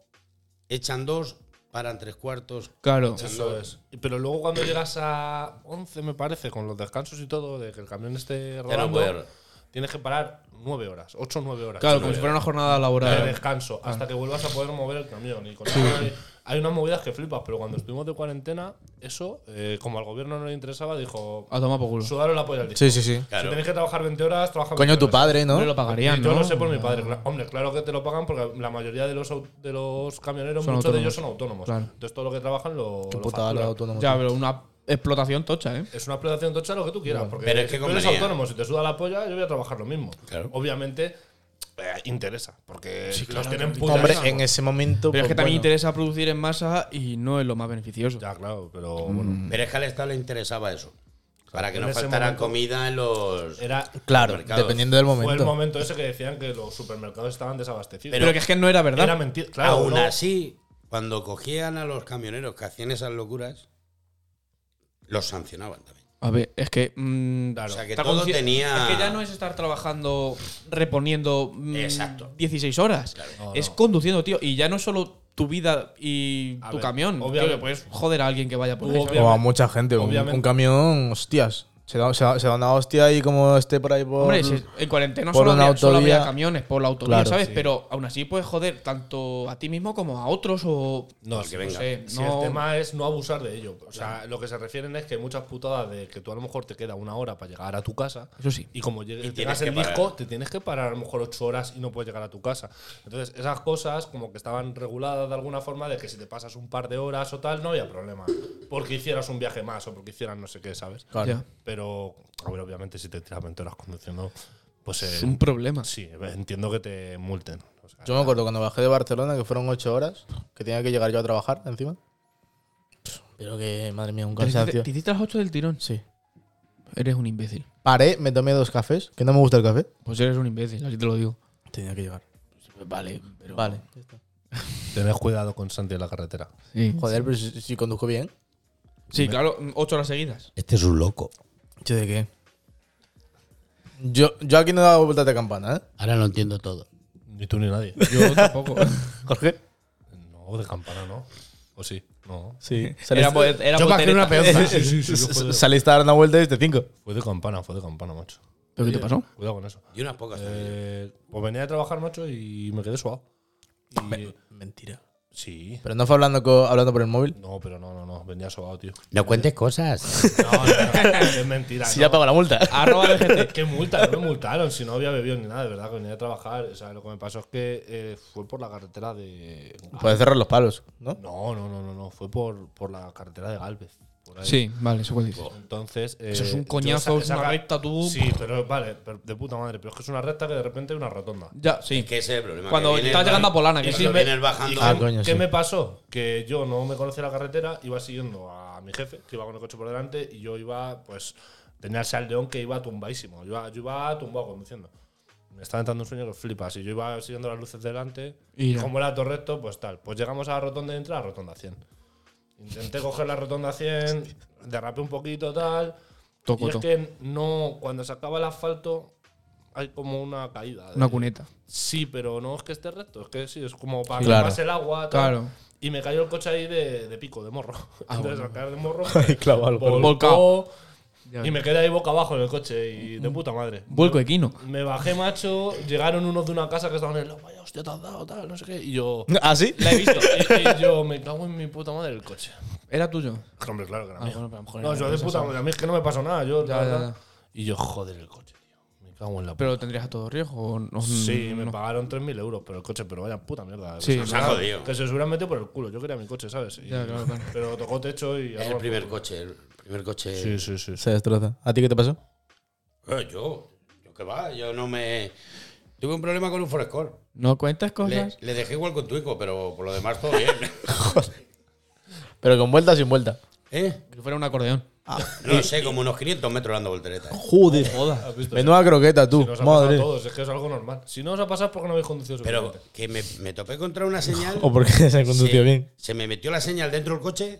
S4: echan dos, paran tres cuartos.
S2: Claro.
S3: Eso es. Pero luego cuando llegas a 11, me parece, con los descansos y todo, de que el camión esté rodando,
S4: puede.
S3: tienes que parar 9 horas, 8 o 9 horas.
S2: Claro, como si fuera una jornada
S3: de
S2: laboral.
S3: descanso, hasta que vuelvas a poder mover el camión. Y con- hay, hay unas movidas que flipas, pero cuando estuvimos de cuarentena, eso, eh, como al gobierno no le interesaba, dijo,
S2: A tomar por culo.
S3: sudaron la polla al disco.
S1: Sí, sí, sí.
S3: Si
S4: Claro.
S3: tenéis que trabajar 20 horas, trabaja
S1: Coño,
S3: 20
S1: tu
S3: horas.
S1: padre, ¿no?
S2: Hombre, lo pagarían,
S3: Yo
S2: ¿no?
S3: lo sé por mi padre. cla- Hombre, claro que te lo pagan porque la mayoría de los, au- de los camioneros,
S2: Son
S3: muchos de ellos son
S2: autónomos.
S3: autónomos.
S2: Claro.
S3: Entonces todo lo que trabajan lo.
S1: Qué
S3: lo
S1: putada
S3: facturan.
S1: los autónomos.
S2: Ya, pero una explotación tocha, ¿eh?
S3: Es una explotación tocha lo que tú quieras. Porque
S4: Pero es que
S3: si tú eres
S4: convenía.
S3: autónomo, si te suda la polla, yo voy a trabajar lo mismo.
S4: Claro.
S3: Obviamente, eh, interesa. Porque los
S2: claro,
S3: tienen
S2: claro.
S3: putas.
S1: Hombre, en ese momento.
S2: Pero es
S1: pues,
S2: que también
S1: bueno.
S2: interesa producir en masa y no es lo más beneficioso.
S3: Ya, claro, pero
S2: Mm.
S3: bueno.
S4: Pero es que al Estado le interesaba eso. Para que
S3: en
S4: no
S3: ese
S4: faltara
S3: momento-
S4: comida en los.
S3: Era.
S1: Claro,
S4: Mercados.
S1: dependiendo del
S3: Fue el
S1: momento.
S3: momento ese que decían que los supermercados estaban desabastecidos.
S2: pero, que es que no era verdad.
S3: era mentira. Claro,
S4: Aún
S3: no.
S4: así, cuando cogían a los camioneros que hacían esas locuras, los sancionaban también.
S2: A ver, es que. mm,
S3: Claro.
S4: O sea que
S2: está
S4: todo
S2: consci-
S4: tenía.
S2: Es que ya no es estar trabajando, reponiendo mm,
S4: Exacto.
S2: 16 horas.
S3: No,
S2: es
S3: no.
S2: conduciendo, tío. Y ya no es solo tu vida y
S3: A
S2: tu
S3: ver,
S2: camión. Tío,
S3: obviamente.
S2: que puedes joder a alguien que vaya por ahí.
S1: O
S3: Obvia-
S1: a
S3: Obviamente.
S1: mucha gente. Un,
S3: Obviamente.
S1: un camión, hostias. Se da, se da- se da una hostia y como esté por ahí por.
S2: Hombre, si en cuarentena
S1: por
S2: solo
S1: una
S2: había, solo había
S1: autovía.
S2: camiones por la autovía,
S1: Claro,
S2: ¿sabes?
S1: sí.
S2: Pero aún así puedes joder tanto a ti mismo como a otros o.
S3: No,
S4: Al
S3: sí,
S4: que
S3: no
S4: venga.
S3: sé.
S2: No.
S3: Si el tema es no abusar de ello. O sea, lo que se refieren es que muchas putadas de que tú a lo mejor te queda una hora para llegar a tu casa.
S2: Eso sí.
S3: Y como llegue-
S4: Y tienes
S3: llegas
S4: que
S3: el disco,
S4: parar.
S3: te tienes que parar a lo mejor ocho horas y no puedes llegar a tu casa. Entonces, esas cosas como que estaban reguladas de alguna forma de que si te pasas un par de horas o tal, no había problema. Porque hicieras un viaje más o porque hicieras no sé qué, ¿sabes?
S1: Claro.
S2: Ya.
S3: Pero, a ver, obviamente, si te tiras 20 horas conduciendo, pues eh,
S2: Es un problema.
S3: sí, entiendo que te multen. O sea,
S1: Yo me acuerdo cuando bajé de Barcelona, que fueron ocho horas, que tenía que llegar yo a trabajar encima. Pero que, madre mía, un
S2: Te hiciste-
S1: cansancio.
S2: te hiciste las 8 del tirón.
S1: Sí.
S2: Eres un imbécil.
S1: Paré, me tomé dos cafés, que no me gusta el café.
S2: Pues eres un imbécil, así te lo digo.
S1: Tenía que llegar.
S2: Vale, pero.
S1: Vale.
S3: Tened cuidado con Santi en la carretera.
S2: Sí,
S1: Joder, pero si, si conduzco bien.
S2: Sí, claro, mm, ocho horas [LAUGHS] seguidas.
S4: Este es un loco.
S1: ¿Yo de qué? Yo, yo aquí no he dado vueltas de campana, ¿eh?
S4: Ahora lo entiendo todo.
S3: Ni tú ni nadie.
S2: Yo [LAUGHS] tampoco.
S1: Jorge.
S3: No, de campana no. O sí, no.
S1: [LAUGHS] Sí.
S2: Era
S1: Saliste,
S2: por- era
S3: Yo
S2: por
S3: me hacía una
S2: Teresa.
S3: peonza. Sí, sí, sí, yo
S1: s-
S3: [LAUGHS] fue, de,
S1: saliste a dar una vuelta y diste cinco.
S3: fue de campana, fue de campana, macho.
S2: ¿Pero qué te pasó?
S3: Cuidado con eso.
S4: Y unas pocas. también.
S3: Eh, pues venía de trabajar, macho, y me quedé suave.
S1: Mentira.
S3: Sí.
S1: Pero no fue hablando, co- hablando por el móvil.
S3: No, pero no, no, no. Venía sobado, tío.
S4: No cuentes
S3: [LAUGHS]
S4: cosas.
S3: No, no, no, [LAUGHS] es mentira.
S1: Si
S3: Ah, no.
S1: ya pago la multa.
S2: Arroba de gente.
S3: Qué multa, no me multaron, si no había bebido ni nada, de verdad, que venía a trabajar. O sea, lo que me pasó es que eh, fue por la carretera de.
S1: [LAUGHS] Puedes cerrar los palos, ¿no?
S3: No, no, no, no, no, fue por, por la carretera de Galvez. por ahí.
S2: Sí, vale, eso puede
S3: Entonces. eh,
S2: Eso es un
S3: yo
S2: coñazo,
S3: esa-
S2: es
S3: esa
S2: una
S3: ga-
S2: recta tú.
S3: Sí, pero vale, pero de puta madre, pero es que es una recta que de repente hay una rotonda.
S2: Ya, sí.
S4: Que ese es el problema.
S2: Cuando
S4: que vienes
S2: estás llegando
S4: baj-
S2: a Polana, que
S4: cuando
S2: sí me-
S4: vienes bajando.
S1: Ah,
S3: ¿Qué-
S1: coño,
S3: ¿Qué
S1: sí.
S3: me pasó? Que yo no me conocía la carretera, iba siguiendo a mi jefe, que iba con el coche por delante, y yo iba, pues, tenía el saldeón que iba tumbadísimo. Yo iba, yo iba tumbado conduciendo. Me estaba entrando un sueño que flipas. Y yo iba siguiendo las luces delante,
S2: Y
S3: y
S2: ya.
S3: como era todo recto, pues tal. Pues llegamos a la rotonda de entrada, rotonda 100. Intenté coger la rotonda 100, derrapé un poquito, tal.
S2: Toco,
S3: y es
S2: toco.
S3: que no, cuando se acaba el asfalto, hay como una caída. de-
S2: Una cuneta.
S3: Sí, pero no es que esté recto, es que sí, es como para
S1: Sí.
S3: que
S1: Claro.
S3: pase el agua. tal.
S2: Claro. Ah,
S3: Y me cayó el coche ahí de, de pico, de morro. [LAUGHS] Entonces, al caer
S2: [LAUGHS]
S3: de morro,
S1: [LAUGHS]
S3: pues,
S1: Clavo al
S3: volcó,
S2: Volcado.
S3: y me quedé ahí boca abajo en el coche y de puta madre.
S2: Vuelco equino.
S3: Me bajé, macho, llegaron unos de una casa que estaban en el, vaya, hostia, te has dado, tal, no sé qué. Y yo,
S1: ¿Ah, sí?
S3: la he visto. y, y yo, me cago en mi puta madre el coche.
S2: Era tuyo.
S3: Hombre, claro que era
S2: Ah,
S3: mío.
S2: bueno, pero a lo mejor
S3: no,
S2: era
S3: yo
S2: de
S3: de
S2: esa
S3: puta
S2: sala.
S3: madre, a mí es que no me pasó nada. Yo,
S2: Ya,
S3: la
S2: ya,
S3: verdad.
S2: ya.
S3: Y yo, joder, el coche, tío. Me cago en la puta.
S2: ¿Pero tendrías a todo riesgo? o no?
S3: Sí, me
S2: No.
S3: pagaron 3.000 euros por el coche, pero vaya puta mierda.
S2: Sí,
S3: Que
S4: Nos
S3: se-
S4: ha jodido.
S3: Que se os hubieran metido por el culo. Yo quería mi coche, ¿sabes? Y-
S2: Ya, claro, claro.
S3: Pero tocó techo y.
S4: Es el primer coche. El primer coche.
S3: Sí, sí, sí.
S1: Se destroza. ¿A ti qué te
S3: [LAUGHS]
S1: pasó?
S4: Eh, yo. Yo qué va. Yo no me. Tuve un problema con un Forescore.
S2: No cuentas
S4: Le,
S2: cosas.
S4: le dejé igual con Tuico, pero por lo demás todo
S1: [LAUGHS]
S4: bien.
S1: Pero con vuelta o sin vuelta.
S4: ¿Eh?
S2: Que fuera un acordeón.
S4: No lo sé, como unos 500 metros dando volteretas.
S1: Eh, Joder.
S3: ¿Has Ah, visto?
S1: Menuda croqueta, tú.
S3: Si nos ha pasado a
S1: Madre.
S3: todos, es que es algo normal. Si no os ha pasado es porque no habéis conducido
S4: Pero
S3: suficiente.
S4: que me, me topé contra una señal.
S1: O porque se condució
S4: se,
S1: pues, bien.
S4: se me metió la señal dentro del coche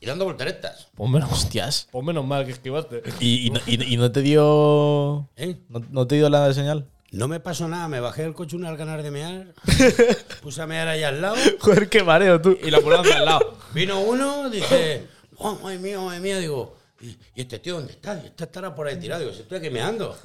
S4: y dando volteretas.
S3: Pues menos,
S1: Hostias.
S3: pues menos mal que esquivaste.
S1: ¿Y, y no, y- y no te dio.
S4: ¿eh?
S1: No, no te dio la señal?
S4: No me pasó nada, me bajé del coche una al ganar
S1: [LAUGHS]
S4: de mear, puse a mear ahí al lado,
S1: Joder, qué mareo, tú.
S2: Y [LAUGHS] la ambulancia al lado.
S4: vino uno, dice, oh, madre mía, madre mía, digo, ¿y y este tío dónde está? Y este estará por ahí tirado, digo, si estoy aquí meando.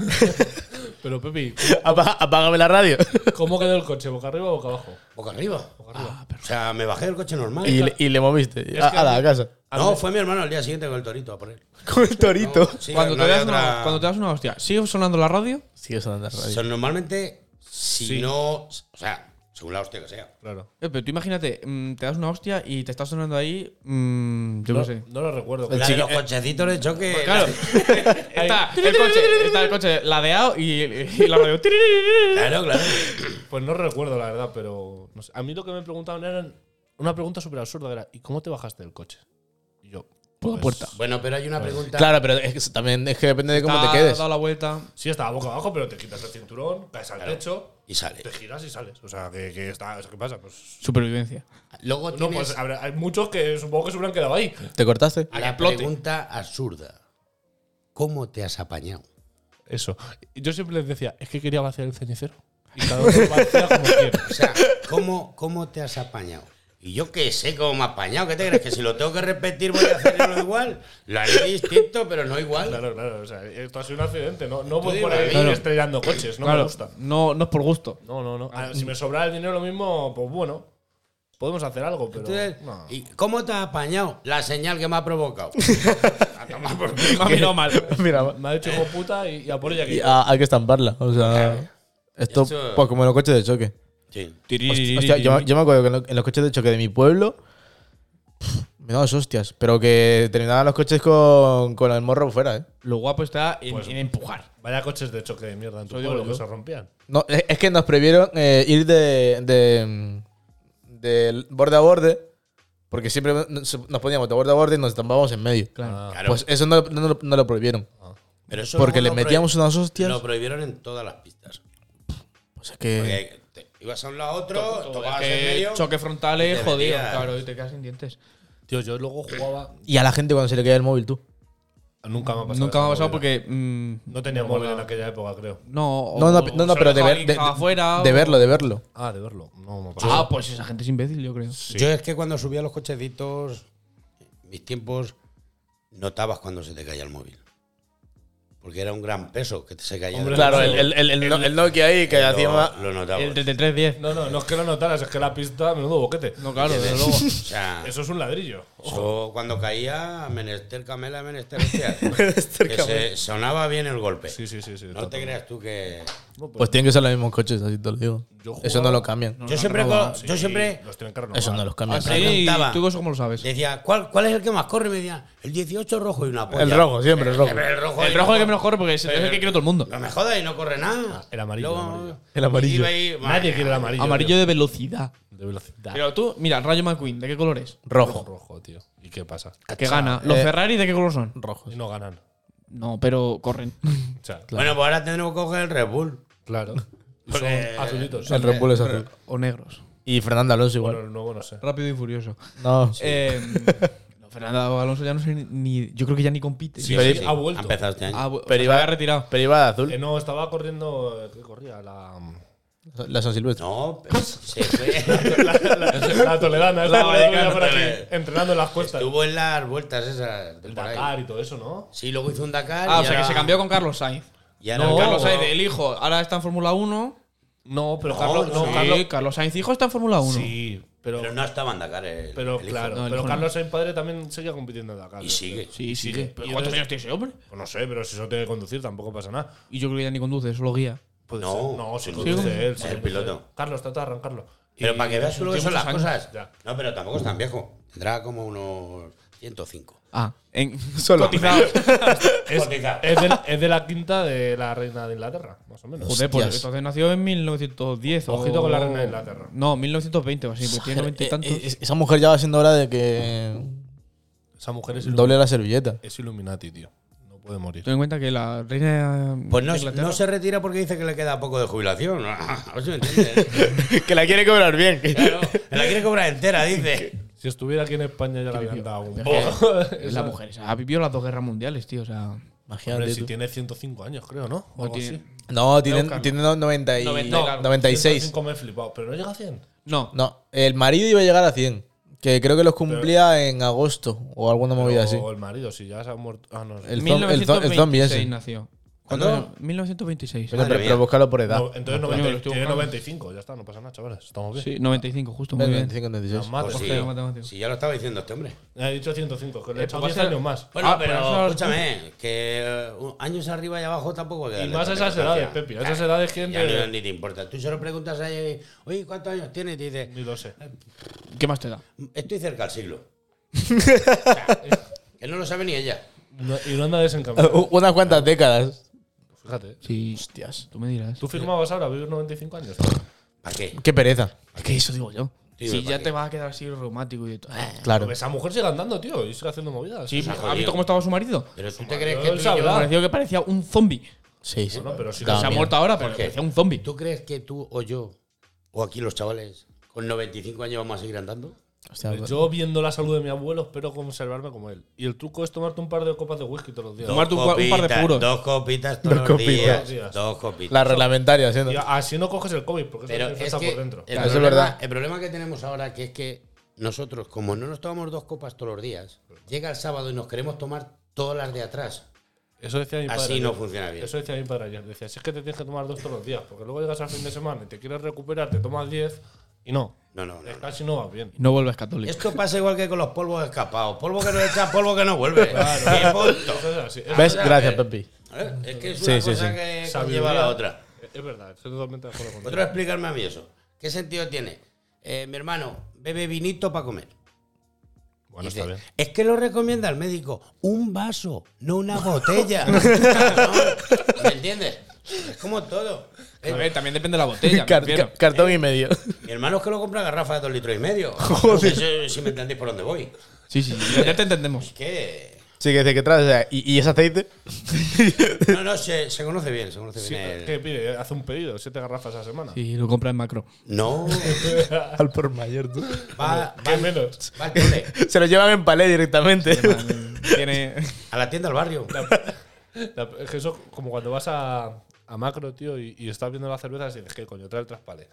S3: Pero Pepi,
S1: [LAUGHS] Apa- apágame la radio.
S3: ¿cómo quedó el coche? ¿Boca arriba o boca abajo?
S4: Boca arriba.
S2: Ah,
S4: Ah, o sea, me bajé del coche normal.
S1: y, le, y le moviste. Ah,
S3: que
S1: A, a la casa.
S4: no, fue mi hermano al día siguiente con el torito a por él.
S1: [LAUGHS] Con el torito.
S4: Sí,
S2: cuando,
S4: no
S2: te
S4: había
S2: das una,
S4: otra-
S2: cuando te das una hostia, ¿sigue sonando la radio? eh,
S1: Sigue sonando la
S4: O
S1: radio.
S4: sea, normalmente, si
S3: Sí.
S4: no, o sea, según la hostia que sea.
S3: Claro.
S2: Eh, pero tú imagínate, mm, te das una hostia y te está sonando ahí. mm, yo
S3: No,
S2: qué sé.
S3: no lo recuerdo.
S4: La de los
S1: eh.
S4: cochecitos de choque.
S2: Pues Claro, [LAUGHS] está el coche, está el coche ladeado y, y la radio.
S4: Claro, claro.
S3: Pues no recuerdo, la verdad, pero. no sé. A mí lo que me preguntaban eran. Una pregunta súper absurda que era: ¿y cómo te bajaste del coche? Y yo. "Pues,
S2: Por la puerta.
S4: Bueno, pero hay una
S2: Pues,
S4: pregunta.
S1: [LAUGHS] Claro, pero es que también es que depende de cómo
S4: Ah,
S1: te quedes.
S2: dado la vuelta.
S3: Sí, estaba boca abajo, pero te quitas el cinturón, caes al techo,
S4: Y sale.
S2: Pues,
S3: te giras y sales. O sea, que, que está, ¿qué pasa? Pues,
S2: Supervivencia.
S4: Luego
S3: no,
S4: tienes
S3: pues habrá- hay muchos que supongo que se hubieran quedado ahí.
S1: ¿Te cortaste?
S4: la
S2: explote.
S4: pregunta absurda. ¿Cómo te has apañado?
S3: Eso. Yo siempre les decía, es que quería vaciar el cenicero. Y [LAUGHS] cada uno lo vacía como quiere.
S2: [LAUGHS]
S4: O sea, ¿cómo, cómo te has apañado? Y yo qué sé cómo me he apañado. ¿Qué te crees? Que si lo tengo que repetir voy a hacerlo igual. Lo haré distinto, pero no igual.
S3: Claro, claro. O sea, esto ha sido un accidente. No, no
S4: Tú
S3: voy por ahí
S4: digas.
S3: estrellando coches. No me
S2: claro,
S3: gusta.
S2: no, no es por gusto.
S3: No, no, no. Ah, si me sobrara el dinero lo mismo, pues bueno. Podemos hacer algo, pero.
S4: Entonces,
S3: no.
S4: ¿y ¿Cómo te has apañado? La señal que me ha provocado. A tomar por culo.
S2: [LAUGHS] Me ha mirado mal.
S1: Mira,
S3: Me ha dicho hijo puta y, y a por ella
S1: y
S3: que.
S1: a- hay que estamparla. O sea, esto,
S4: Eso-
S1: pues, como en los coches de choque.
S4: [LAUGHS] Sí.
S1: Hostia, yo, yo me acuerdo que en lo- en los coches de choque de mi pueblo. pff, Me daban hostias, pero que terminaban los coches con, con el morro fuera, ¿eh?
S2: Lo guapo está en,
S1: Pues
S2: en empujar.
S3: Vaya coches de choque de mierda en tu
S2: Eso digo
S3: pueblo que
S2: yo.
S3: se rompían.
S1: No, es es que nos prohibieron eh, ir de, de, de borde a borde Porque siempre nos nos poníamos de borde a borde y nos estampábamos en medio.
S2: Claro.
S4: Claro.
S1: Pues eso no, no lo- no lo prohibieron.
S4: Pero eso
S1: Porque
S4: luego
S1: le
S4: lo
S1: metíamos
S4: prohi-
S1: unas hostias.
S4: Lo prohibieron en todas las pistas.
S1: Pues es que.
S4: Porque te- ibas a un lado a otro, tocabas
S2: Es
S4: en
S2: que
S4: medio.
S2: choque
S4: y
S2: frontales,
S4: te
S2: jodido,
S4: metías.
S2: claro, y te quedas sin dientes.
S3: Tío, yo luego jugaba.
S1: Y a la gente cuando se le caía el móvil, tú.
S3: Nunca
S1: Pues
S3: me ha pasado.
S2: Nunca me ha
S3: esa
S2: pasado
S3: movida.
S2: porque. mm,
S3: No tenía
S2: me
S3: móvil en
S2: molaba.
S3: aquella época, creo.
S2: No,
S1: No,
S2: o-
S1: no,
S2: o
S1: no,
S2: se
S1: no
S2: lo
S1: pero de,
S2: dejaba
S1: ver-
S2: alguien
S1: de-
S2: que estaba afuera,
S1: de
S2: o-
S1: verlo, de ververlo.
S3: Ah, de verlo. No me ha pasado.
S2: Ah, pues esa gente es imbécil, yo creo.
S4: Yo es que cuando subía los cochecitos, mis tiempos, notabas cuando se te caía el móvil. Porque era un gran peso que te se caía. del
S3: Hombre,
S1: Claro,
S4: móvil.
S1: el, el- el- el- el Nokia ahí que hacía.
S4: lo,
S1: una-
S4: lo notabas.
S2: El 3310.
S3: No, no, no es que lo notaras, es que la pista, menudo boquete.
S2: No, claro, desde
S4: O
S2: luego.
S4: sea,
S3: Eso es un ladrillo.
S4: yo cuando caía, menester camela, menester [LAUGHS] hostia. que se, sonaba bien el golpe.
S3: Sí, sí, sí. sí
S4: no te creas tú que.
S1: Pues tienen que ser los mismos coches, así te lo digo.
S3: Yo jugaba-
S1: Eso no lo cambian.
S4: Yo siempre, co- Pues, yo siempre
S3: Los tienen que renovar.
S1: Eso no los cambian.
S2: Ah, sí,
S4: preguntaba.
S2: ¿Tú eso cómo lo sabes?
S4: decía, ¿cuál, ¿cuál es el que más corre? Y Me decía, el 18 rojo y una polla.
S1: El rojo, siempre, el rojo.
S4: Pero [LAUGHS] el rojo.
S2: El rojo es el que menos corre porque es es el que quiere todo el mundo.
S4: [LAUGHS] No me jodas y no corre nada.
S3: El amarillo,
S4: Luego-
S1: El
S3: el amarillo.
S1: amarillo.
S4: iba ahí,
S3: Nadie quiere el amarillo.
S2: Amarillo
S3: tío.
S2: de velocidad.
S3: de velocidad.
S2: Pero tú, mira, Rayo McQueen, ¿de qué color es?
S1: Rojo.
S3: Rojo, tío. ¿Y qué pasa?
S2: Que gana. ¿Los
S1: eh.
S2: Ferrari de qué color son?
S1: Rojo.
S3: Y no ganan.
S2: No, pero corren.
S3: O sea,
S4: Bueno, pues ahora tendremos que coger el Red Bull. [LAUGHS]
S3: claro. Y son azulitos.
S1: El Red Bull es azul.
S2: [LAUGHS] O negros.
S1: Y Fernando Alonso
S3: Bueno,
S1: igual.
S3: el nuevo no sé.
S2: Rápido y furioso.
S1: No.
S2: Eh, [LAUGHS] no, Fernando Alonso ya no sé ni- ni. Yo creo que ya ni compite.
S3: Sí,
S4: Pero
S3: sí, ha vuelto.
S4: empezado este año.
S2: Ah, bu-
S1: Pero
S2: se
S1: iba-
S2: había retirado.
S1: Pero iba de azul.
S3: Eh, no, estaba corriendo. ¿Qué corría? La.
S4: Mm.
S1: La San Silvestre.
S4: No, pero se fue.
S3: La, la, [LAUGHS] la
S2: La
S3: Toledana. Estaba la
S2: Vaticana.
S3: por aquí. Entrenando en las cuestas.
S4: Estuvo en las vueltas esas. del
S3: El
S4: por ahí.
S3: Dakar y todo eso, ¿no?
S4: Sí, luego hizo un Dakar.
S2: Ah,
S4: y
S2: o sea que
S4: ahora-
S2: se cambió con Carlos Sainz.
S4: y ahora
S2: No,
S4: el
S2: Carlos
S4: Carlos
S2: Sainz, el hijo, ahora está en Fórmula 1.
S4: Oh,
S3: No, pero Carlos. No,
S2: sí,
S3: Carlos.
S2: Carlos, Sainz, hijo, está en Fórmula 1.
S3: Sí, pero.
S4: Pero no estaba en Dakar. El,
S3: Pero
S4: el hijo.
S3: claro,
S2: No, el
S3: pero
S2: hijo no.
S3: Carlos Sainz padre también seguía compitiendo en Dakar.
S4: Y
S3: yo creo.
S4: sigue.
S2: sí, sí. ¿Pero
S3: Y
S2: cuántos
S3: entonces-
S2: años tiene ese hombre?
S3: Pues no sé, pero si eso tiene que conducir tampoco pasa nada.
S2: Y yo creo que ya ni conduce, solo guía.
S3: Puede
S4: No.
S3: ser. no, si
S4: Sí,
S3: conduce
S2: sí.
S3: él.
S4: Es
S3: si
S4: el
S3: conduce
S4: piloto.
S3: él. Carlos, trata de arrancarlo.
S4: Pero
S3: Y-
S4: para que veas lo que
S2: tiene
S4: son las
S2: muchos años.
S4: cosas.
S3: Ya.
S4: No, pero tampoco es tan viejo. Tendrá como unos 105.
S2: Ah, [LAUGHS] en
S1: Solo.
S2: cotizado.
S3: Es,
S4: Cotiza.
S3: es de, es de la quinta de la reina de Inglaterra, más o menos.
S2: Joder, pues
S1: Hostias.
S2: entonces nació en 1910. o-
S3: Ojito con la reina de Inglaterra.
S2: No, 1920 o así, pues tiene 90 y tantos.
S1: Eh, eh, Esa mujer ya va siendo hora de que
S3: Esa mujer es,
S1: doble la
S3: [LAUGHS]
S1: servilleta.
S3: es Illuminati, tío. No puede morir.
S2: Ten en cuenta que la reina.
S4: Pues no,
S2: de Inglaterra-
S4: no se retira porque dice que le queda poco de jubilación. [LAUGHS] A ver si me entiendes.
S3: [LAUGHS]
S1: que la quiere cobrar bien.
S4: Claro, [LAUGHS] me la quiere cobrar entera,
S3: [LAUGHS]
S4: dice.
S3: Si estuviera aquí en España ya le habían dado un.
S2: Es la mujer, esa ha vivido las dos guerras mundiales, tío. O sea,
S1: Imagínate.
S3: Hombre, si
S1: tú.
S3: tiene 105 años, creo, ¿no? O
S2: no
S3: algo
S2: tiene-
S3: así.
S1: No, tiene,
S2: buscarlo.
S1: tiene no- 90 y-
S2: Noventa y
S1: no,
S2: largo.
S1: 96.
S3: 105 me he flipado, pero no llega a 100.
S2: No,
S1: No, el marido iba a llegar a 100. Que creo que los cumplía en agosto o alguna movida así.
S3: O el marido, si ya se ha muerto. Ah, no.
S1: El-
S3: El,
S1: zom- el zo- el zombie ese.
S2: nació.
S4: ¿Cuándo?
S2: ¿Cuándo? 1926.
S1: Pero, pero-
S4: mía.
S1: pero búscalo por edad.
S2: coño,
S3: entonces
S2: lo
S3: 90
S2: estoy
S3: tiene
S2: buscando.
S3: 95, ya está, no pasa nada, chavales. Estamos bien.
S2: Sí, 95, justo, muy bien.
S1: 95, 96.
S3: Las mato.
S4: Pues sí,
S2: Cogeo matemático.
S4: si ya lo estaba diciendo este hombre.
S3: He dicho 105, que le he
S2: Eh,
S3: echado
S2: pues
S3: 10
S2: va a ser-
S3: años más.
S4: Bueno,
S2: Ah,
S4: pero
S2: pero eso-
S4: escúchame, que eh, un- años arriba y abajo tampoco queda.
S3: Y más a esas edades, Pepi. A esas edades, ¿quién
S4: Ya
S3: te-
S4: no- ni te importa. Tú se lo preguntas a ella y, oye, ¿cuántos años tienes? Y te dice,
S3: Ni lo sé.
S2: ¿Qué más te da?
S4: estoy cerca al
S3: [LAUGHS]
S4: siglo. [LAUGHS] O sea, que no lo sabe ni ella.
S3: No- y no anda
S1: [LAUGHS] U-
S3: desencaminado.
S1: Unas cuantas décadas.
S3: Fíjate. ¿eh?
S2: Sí,
S1: Hostias.
S2: tú me dirás.
S3: Tú firmabas ahora, vivir 95 años.
S4: ¿Para qué?
S1: Qué pereza.
S2: Es que eso digo yo.
S4: Sí,
S2: si
S4: me
S2: ya
S4: parece.
S2: te vas a quedar así reumático y de todo.
S1: Claro.
S3: Pero esa mujer sigue andando, tío, y sigue haciendo movidas.
S2: Sí,
S4: ha
S2: ¿has
S4: jodido.
S2: visto cómo estaba su marido?
S4: Pero tú te crees
S3: Yo
S4: que tú
S3: él
S4: y
S3: sabrá.
S4: yo-
S3: Ah.
S2: Pareció que parecía un zombie.
S1: Sí, sí.
S3: Bueno, pero si
S1: Da
S3: no
S2: Se ha
S1: miedo.
S2: muerto ahora, pero
S4: ¿Por qué?
S2: parecía un zombie.
S4: ¿Tú crees que tú o yo, o aquí los chavales, con 95 años vamos a seguir andando?
S1: Hostia,
S3: Yo viendo la salud de mi abuelo espero conservarme como él. Y el truco es tomarte un par de copas de whisky todos los días.
S2: Toma- Tomarte un cua- un par de puros.
S4: Dos copitas todos
S1: Dos
S4: los
S1: copitas.
S4: días. Dos copitas.
S1: La reglamentaria, siendo.
S3: Y así no coges el COVID porque
S4: Pero
S3: eso te
S4: es
S3: infecta
S4: que
S3: por dentro.
S4: El,
S1: Eso es
S4: problema,
S1: verdad.
S4: el problema que tenemos ahora que es que nosotros, como no nos tomamos dos copas todos los días, llega el sábado y nos queremos tomar todas las de atrás.
S3: Eso decía mi padre.
S4: Así
S3: ayer.
S4: no funciona bien.
S3: Eso decía mi padre ayer. Decía, si es que te tienes que tomar dos todos los días, porque luego llegas al fin de semana y te quieres recuperar, te tomas 10 y no.
S4: No, no, no. no.
S3: Casi no vas bien.
S2: No vuelves católico.
S4: Esto pasa igual que con los polvos escapados. Polvo [LAUGHS] que no echa, polvo que no vuelve. Qué punto.
S3: Eso es así. Es,
S1: ¿Ves?
S4: o sea,
S1: Gracias,
S4: eh,
S1: Pepi.
S4: ¿Eh? Es que es
S1: Sí,
S4: una
S1: sí,
S4: cosa
S1: sí.
S4: que
S3: Sabiduría.
S4: lleva a la otra.
S3: es verdad, estoy totalmente de acuerdo contigo.
S4: Otro explicarme a mí eso. ¿Qué sentido tiene? Eh, mi hermano bebe vinito para comer.
S3: Bueno,
S4: Dice,
S3: está bien.
S4: Es que lo recomienda el médico. Un vaso, no una botella. ¿Me entiendes? Es como todo. Eh,
S2: A ver, también depende de la
S1: [LAUGHS]
S2: [LAUGHS] botella.
S1: Car-
S2: me refiero.
S1: ca- cartón y medio.
S4: Mi hermano es que lo compra garrafa de dos litros y medio. Eso, si me entendéis por dónde voy.
S2: sí, sí, sí, ya te entendemos.
S4: Es que.
S1: [LAUGHS] Sí, que dice que traes. o sea, ¿y, y ese aceite?
S4: No, no, se, se conoce bien, se conoce
S3: Sí,
S4: bien. el-
S3: ¿Qué pide? Hace un pedido, siete garrafas a la semana.
S2: Sí, lo compra en [LAUGHS] macro.
S4: No,
S1: Al por mayor, tú.
S4: va,
S3: ¿Qué
S4: va,
S3: menos?
S4: va al cole,
S1: Se lo llevan en palé directamente.
S2: Tiene.
S4: a la tienda al barrio.
S3: La- es que eso, como cuando vas a, a macro, tío, y, y estás viendo las cervezas y dices, ¿qué coño? Trae el traspale.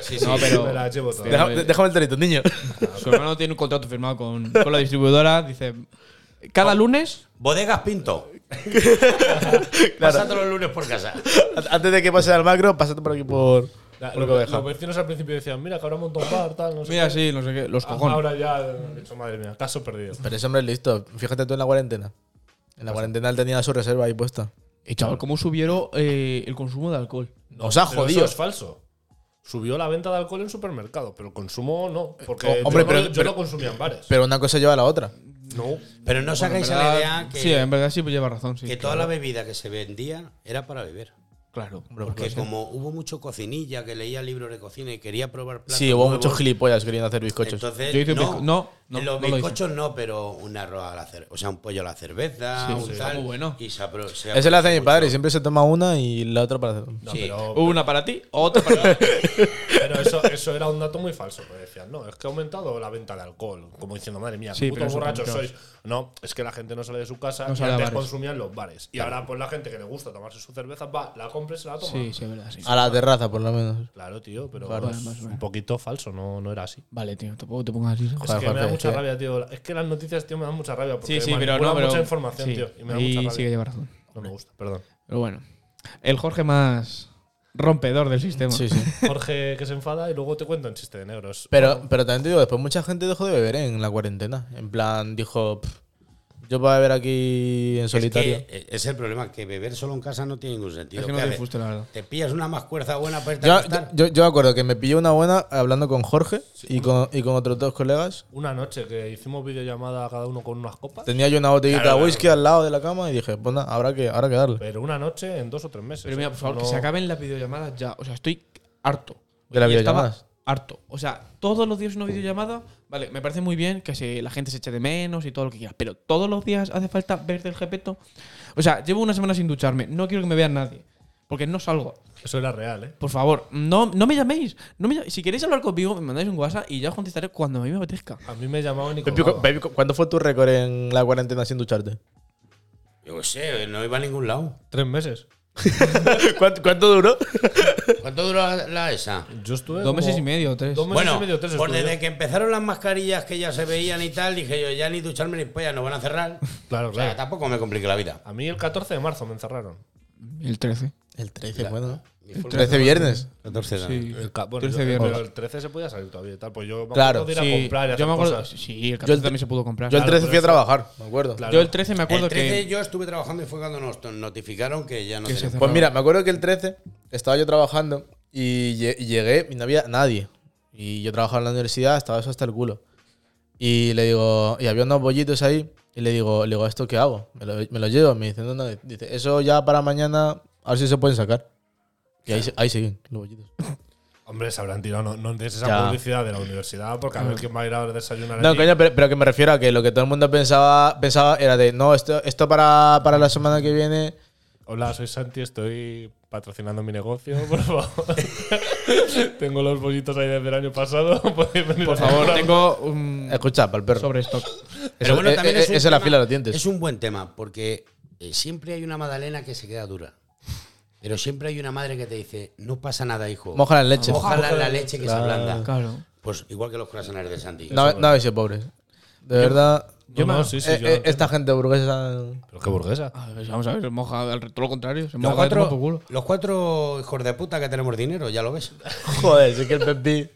S4: Sí,
S3: [LAUGHS]
S2: No, pero-
S3: Me las llevo todas.
S1: [LAUGHS]
S2: Pero-
S1: Deja- déjame el tarito, niño.
S2: [LAUGHS] Su hermano tiene un contrato firmado con, con la distribuidora. Dice: Cada lunes.
S4: Bodegas
S2: [LAUGHS]
S4: Pinto. Pásate los lunes por casa.
S1: Antes de que pases al macro, pásate por aquí por.
S3: La-
S1: por
S3: lo-
S1: Cobeja.
S3: los vecinos al principio decían, mira, que habrá un montón bar, tal, no sé.
S2: Mira,
S3: qué".
S2: sí, no sé qué. Los
S3: Ah,
S2: cojones.
S3: Ahora ya, han dicho, madre mía, caso perdido.
S1: Pero ese hombre es listo. Fíjate tú en la cuarentena. En la cuarentena él tenía su reserva ahí puesta.
S2: Y chaval, ¿cómo subieron eh, el consumo de alcohol?
S1: Nos ha
S3: Pero
S1: jodido.
S3: Eso es falso. Subió la venta de alcohol en supermercado, pero el consumo no. Porque
S1: hombre,
S3: yo,
S1: pero-
S3: no, yo
S1: pero-
S3: no consumía en bares.
S1: Pero una cosa lleva a la otra.
S3: no.
S4: Pero no sacáis a la idea que,
S2: sí, en verdad sí, pues lleva razón. Sí,
S4: que toda la bebida que se vendía era para beber.
S2: Claro.
S4: Porque como hubo mucho cocinilla que leía libros de cocina y quería probar platos
S1: Sí, hubo
S4: nuevos,
S1: muchos gilipollas queriendo hacer bizcochos.
S4: Entonces,
S2: Yo hice
S4: no,
S2: bizco- no, no,
S4: en
S2: no
S4: los
S2: lo hice.
S4: bizcochos no, pero un arroz a la cerveza, o sea, un pollo a la cerveza,
S2: Sí,
S4: un
S2: sí, está
S4: tal.
S2: muy bueno.
S4: Y se apro- se
S1: Ese lo hace mi
S4: mucho.
S1: padre. y Siempre se toma una y la otra para hacer.
S3: No,
S4: Sí.
S3: pero,
S2: Una para ti, otra para ti.
S3: pero eso, eso era un dato muy falso. porque decían, no, es que ha aumentado la venta de alcohol. Como diciendo, madre mía,
S2: Sí, pero
S3: qué putos
S2: eso
S3: borrachos
S2: tampoco
S3: sois. No, es que la gente no sale de su casa
S2: No
S3: y
S2: sale a
S3: antes
S2: bares.
S3: consumía en los bares. Y ahora, pues la gente que le gusta tomarse su cerveza, va, la compra y se la
S2: [LAUGHS]
S3: toma.
S2: Sí, sí, es verdad, sí.
S1: A la terraza, por lo menos.
S3: Claro, tío, pero
S2: Claro.
S3: es
S2: Además,
S3: un poquito falso, no, no era así.
S2: Vale, tío, tampoco te pongas así.
S3: Es
S1: Joder,
S3: que me da
S1: Jorge,
S3: mucha
S1: es que-
S3: rabia, tío. Es que las noticias, tío, me dan mucha rabia. Porque
S2: Sí, sí, pero
S3: manipulan
S2: no, pero.
S3: mucha información,
S2: sí,
S3: tío. Y me da
S2: ahí
S3: mucha rabia.
S2: sí que lleva razón.
S3: No me gusta, perdón.
S2: Pero bueno. El Jorge más rompedor del sistema.
S1: Sí, sí.
S3: Jorge que se enfada y luego te cuento un chiste de negros.
S1: Pero, pero también te digo, después mucha gente dejó de beber ¿eh? en la cuarentena. En plan, dijo, "Pff, yo voy a beber aquí en
S4: Es que e-,
S1: solitario.
S4: es el problema, que beber solo en casa no tiene ningún sentido.
S2: Es que no
S4: ¿Qué
S2: te
S4: haces?
S2: fuste, la verdad.
S4: Te pillas una mascuerza buena para irte a
S1: Yo,
S4: acostar.
S1: yo, yo me acuerdo que me pilló una buena hablando con Jorge y, con, y con otros dos colegas.
S3: Una noche que hicimos videollamada cada uno con unas copas.
S1: Tenía yo una botellita de whisky al lado de la cama y dije, pues nada, habrá que, habrá que darle.
S3: Pero una noche en dos o tres meses. ¿eh?
S2: Pero mira, por favor,
S3: No-
S2: que se acaben las videollamadas ya. O sea, estoy harto.
S1: ¿De las
S2: Y estaba
S1: videollamadas?
S2: Harto. O sea, todos los días una videollamada. Vale, me parece muy bien que se, la gente se eche de menos y todo lo que quiera. Pero todos los días hace falta verte el jepeto. O sea, llevo una semana sin ducharme. No quiero que me vea nadie. Porque no salgo.
S3: Eso era real, ¿eh?
S2: Por favor, no, no me llaméis. No me ll- si queréis hablar conmigo, me mandáis un WhatsApp y ya os contestaré cuando a mí me apetezca.
S3: A mí me llamaban y
S1: Pepi, cu-
S3: colgaba.
S1: Pepi, cu- ¿Cuándo fue tu récord en la cuarentena sin ducharte?
S4: Yo qué sé, no iba a ningún lado.
S3: Tres meses.
S1: [LAUGHS] ¿Cuánto, cuánto duró?
S4: ¿Cuánto duró la, la esa?
S3: Yo estuve.
S2: Dos meses
S3: como-
S2: y medio, tres.
S3: Dos meses
S4: Bueno,
S3: y medio, tres
S4: pues
S3: estuve.
S4: desde que empezaron las mascarillas que ya se veían y tal, dije yo, ya ni ducharme ni polla, no van a cerrar.
S3: Claro,
S4: O sea,
S3: claro.
S4: tampoco me compliqué la vida.
S3: A mí el 14 de marzo me encerraron.
S2: El 13.
S1: El 13, bueno, ¿no?
S4: Ni forma-
S1: 13 viernes.
S4: 14 de
S2: Sí.
S3: El ca- bueno,
S2: 13
S3: yo-
S2: viernes.
S3: pero el 13 se podía salir todavía y tal. Pues yo me
S1: Claro,
S3: acuerdo de ir
S2: Sí,
S3: a comprar y hacer
S2: yo me acuerdo.
S3: cosas.
S2: Sí, el 14
S1: tre-
S2: también se pudo comprar.
S1: Yo el
S2: Claro.
S1: 13 fui a trabajar, me acuerdo.
S3: Claro.
S2: Yo el 13 me acuerdo
S4: El 13
S2: que.
S4: yo estuve trabajando y fue cuando nos nos notificaron que ya no
S2: Que se
S4: teníamos-
S1: Pues mira, me acuerdo que el 13 estaba yo trabajando y lle- y llegué y no había nadie. Y yo trabajaba en la universidad, estaba eso hasta el culo. Y le digo, y había unos bollitos ahí, y le digo, le digo ¿esto qué hago? Me lo, me lo llevo. Me dice, no, no, dice, eso ya para mañana, a ver si se pueden sacar. Y ahí, se- ahí siguen los bollitos.
S3: Hombre, se habrán tirado. No, no des esa
S1: Ya.
S3: publicidad de la universidad porque a
S2: Mm.
S3: ver quién va a ir a desayunar.
S1: No,
S3: allí.
S1: coño, pero, pero que me refiero a que lo que todo el mundo pensaba, pensaba era de, no, esto, esto para, para la semana que viene.
S3: Hola, soy Santi, estoy patrocinando mi negocio, [LAUGHS] por favor. Tengo los bollitos ahí desde el año pasado. [LAUGHS] Podéis venir
S2: Por
S3: a
S2: favor,
S3: comprar.
S2: tengo un
S1: Escucha, para el perro.
S2: sobre stock.
S1: Eso- eh, eh,
S4: un
S1: esa es la
S4: tema-
S1: fila de los dientes.
S4: Es un buen tema, porque eh, siempre hay una magdalena que se queda dura. Pero siempre hay una madre que te dice, no pasa nada, hijo.
S1: Mójala en leche.
S4: Mójala en la leche que se ablanda.
S2: Claro.
S4: Pues igual que los croissants de Santi.
S1: No, no habéis sido pobres. De verdad.
S3: Yo
S1: No,
S3: me-
S1: no,
S3: sí, sí,
S1: eh,
S3: yo lo
S1: eh, esta gente burguesa. [LAUGHS]
S3: Pero qué burguesa.
S2: A ver, vamos a ver, se moja al- todo lo contrario. Se
S4: Los
S2: moja de tomar por
S4: cuatro,
S2: culo.
S4: los cuatro hijos de puta que tenemos dinero, ya lo ves.
S1: Joder, sí que el Pepi.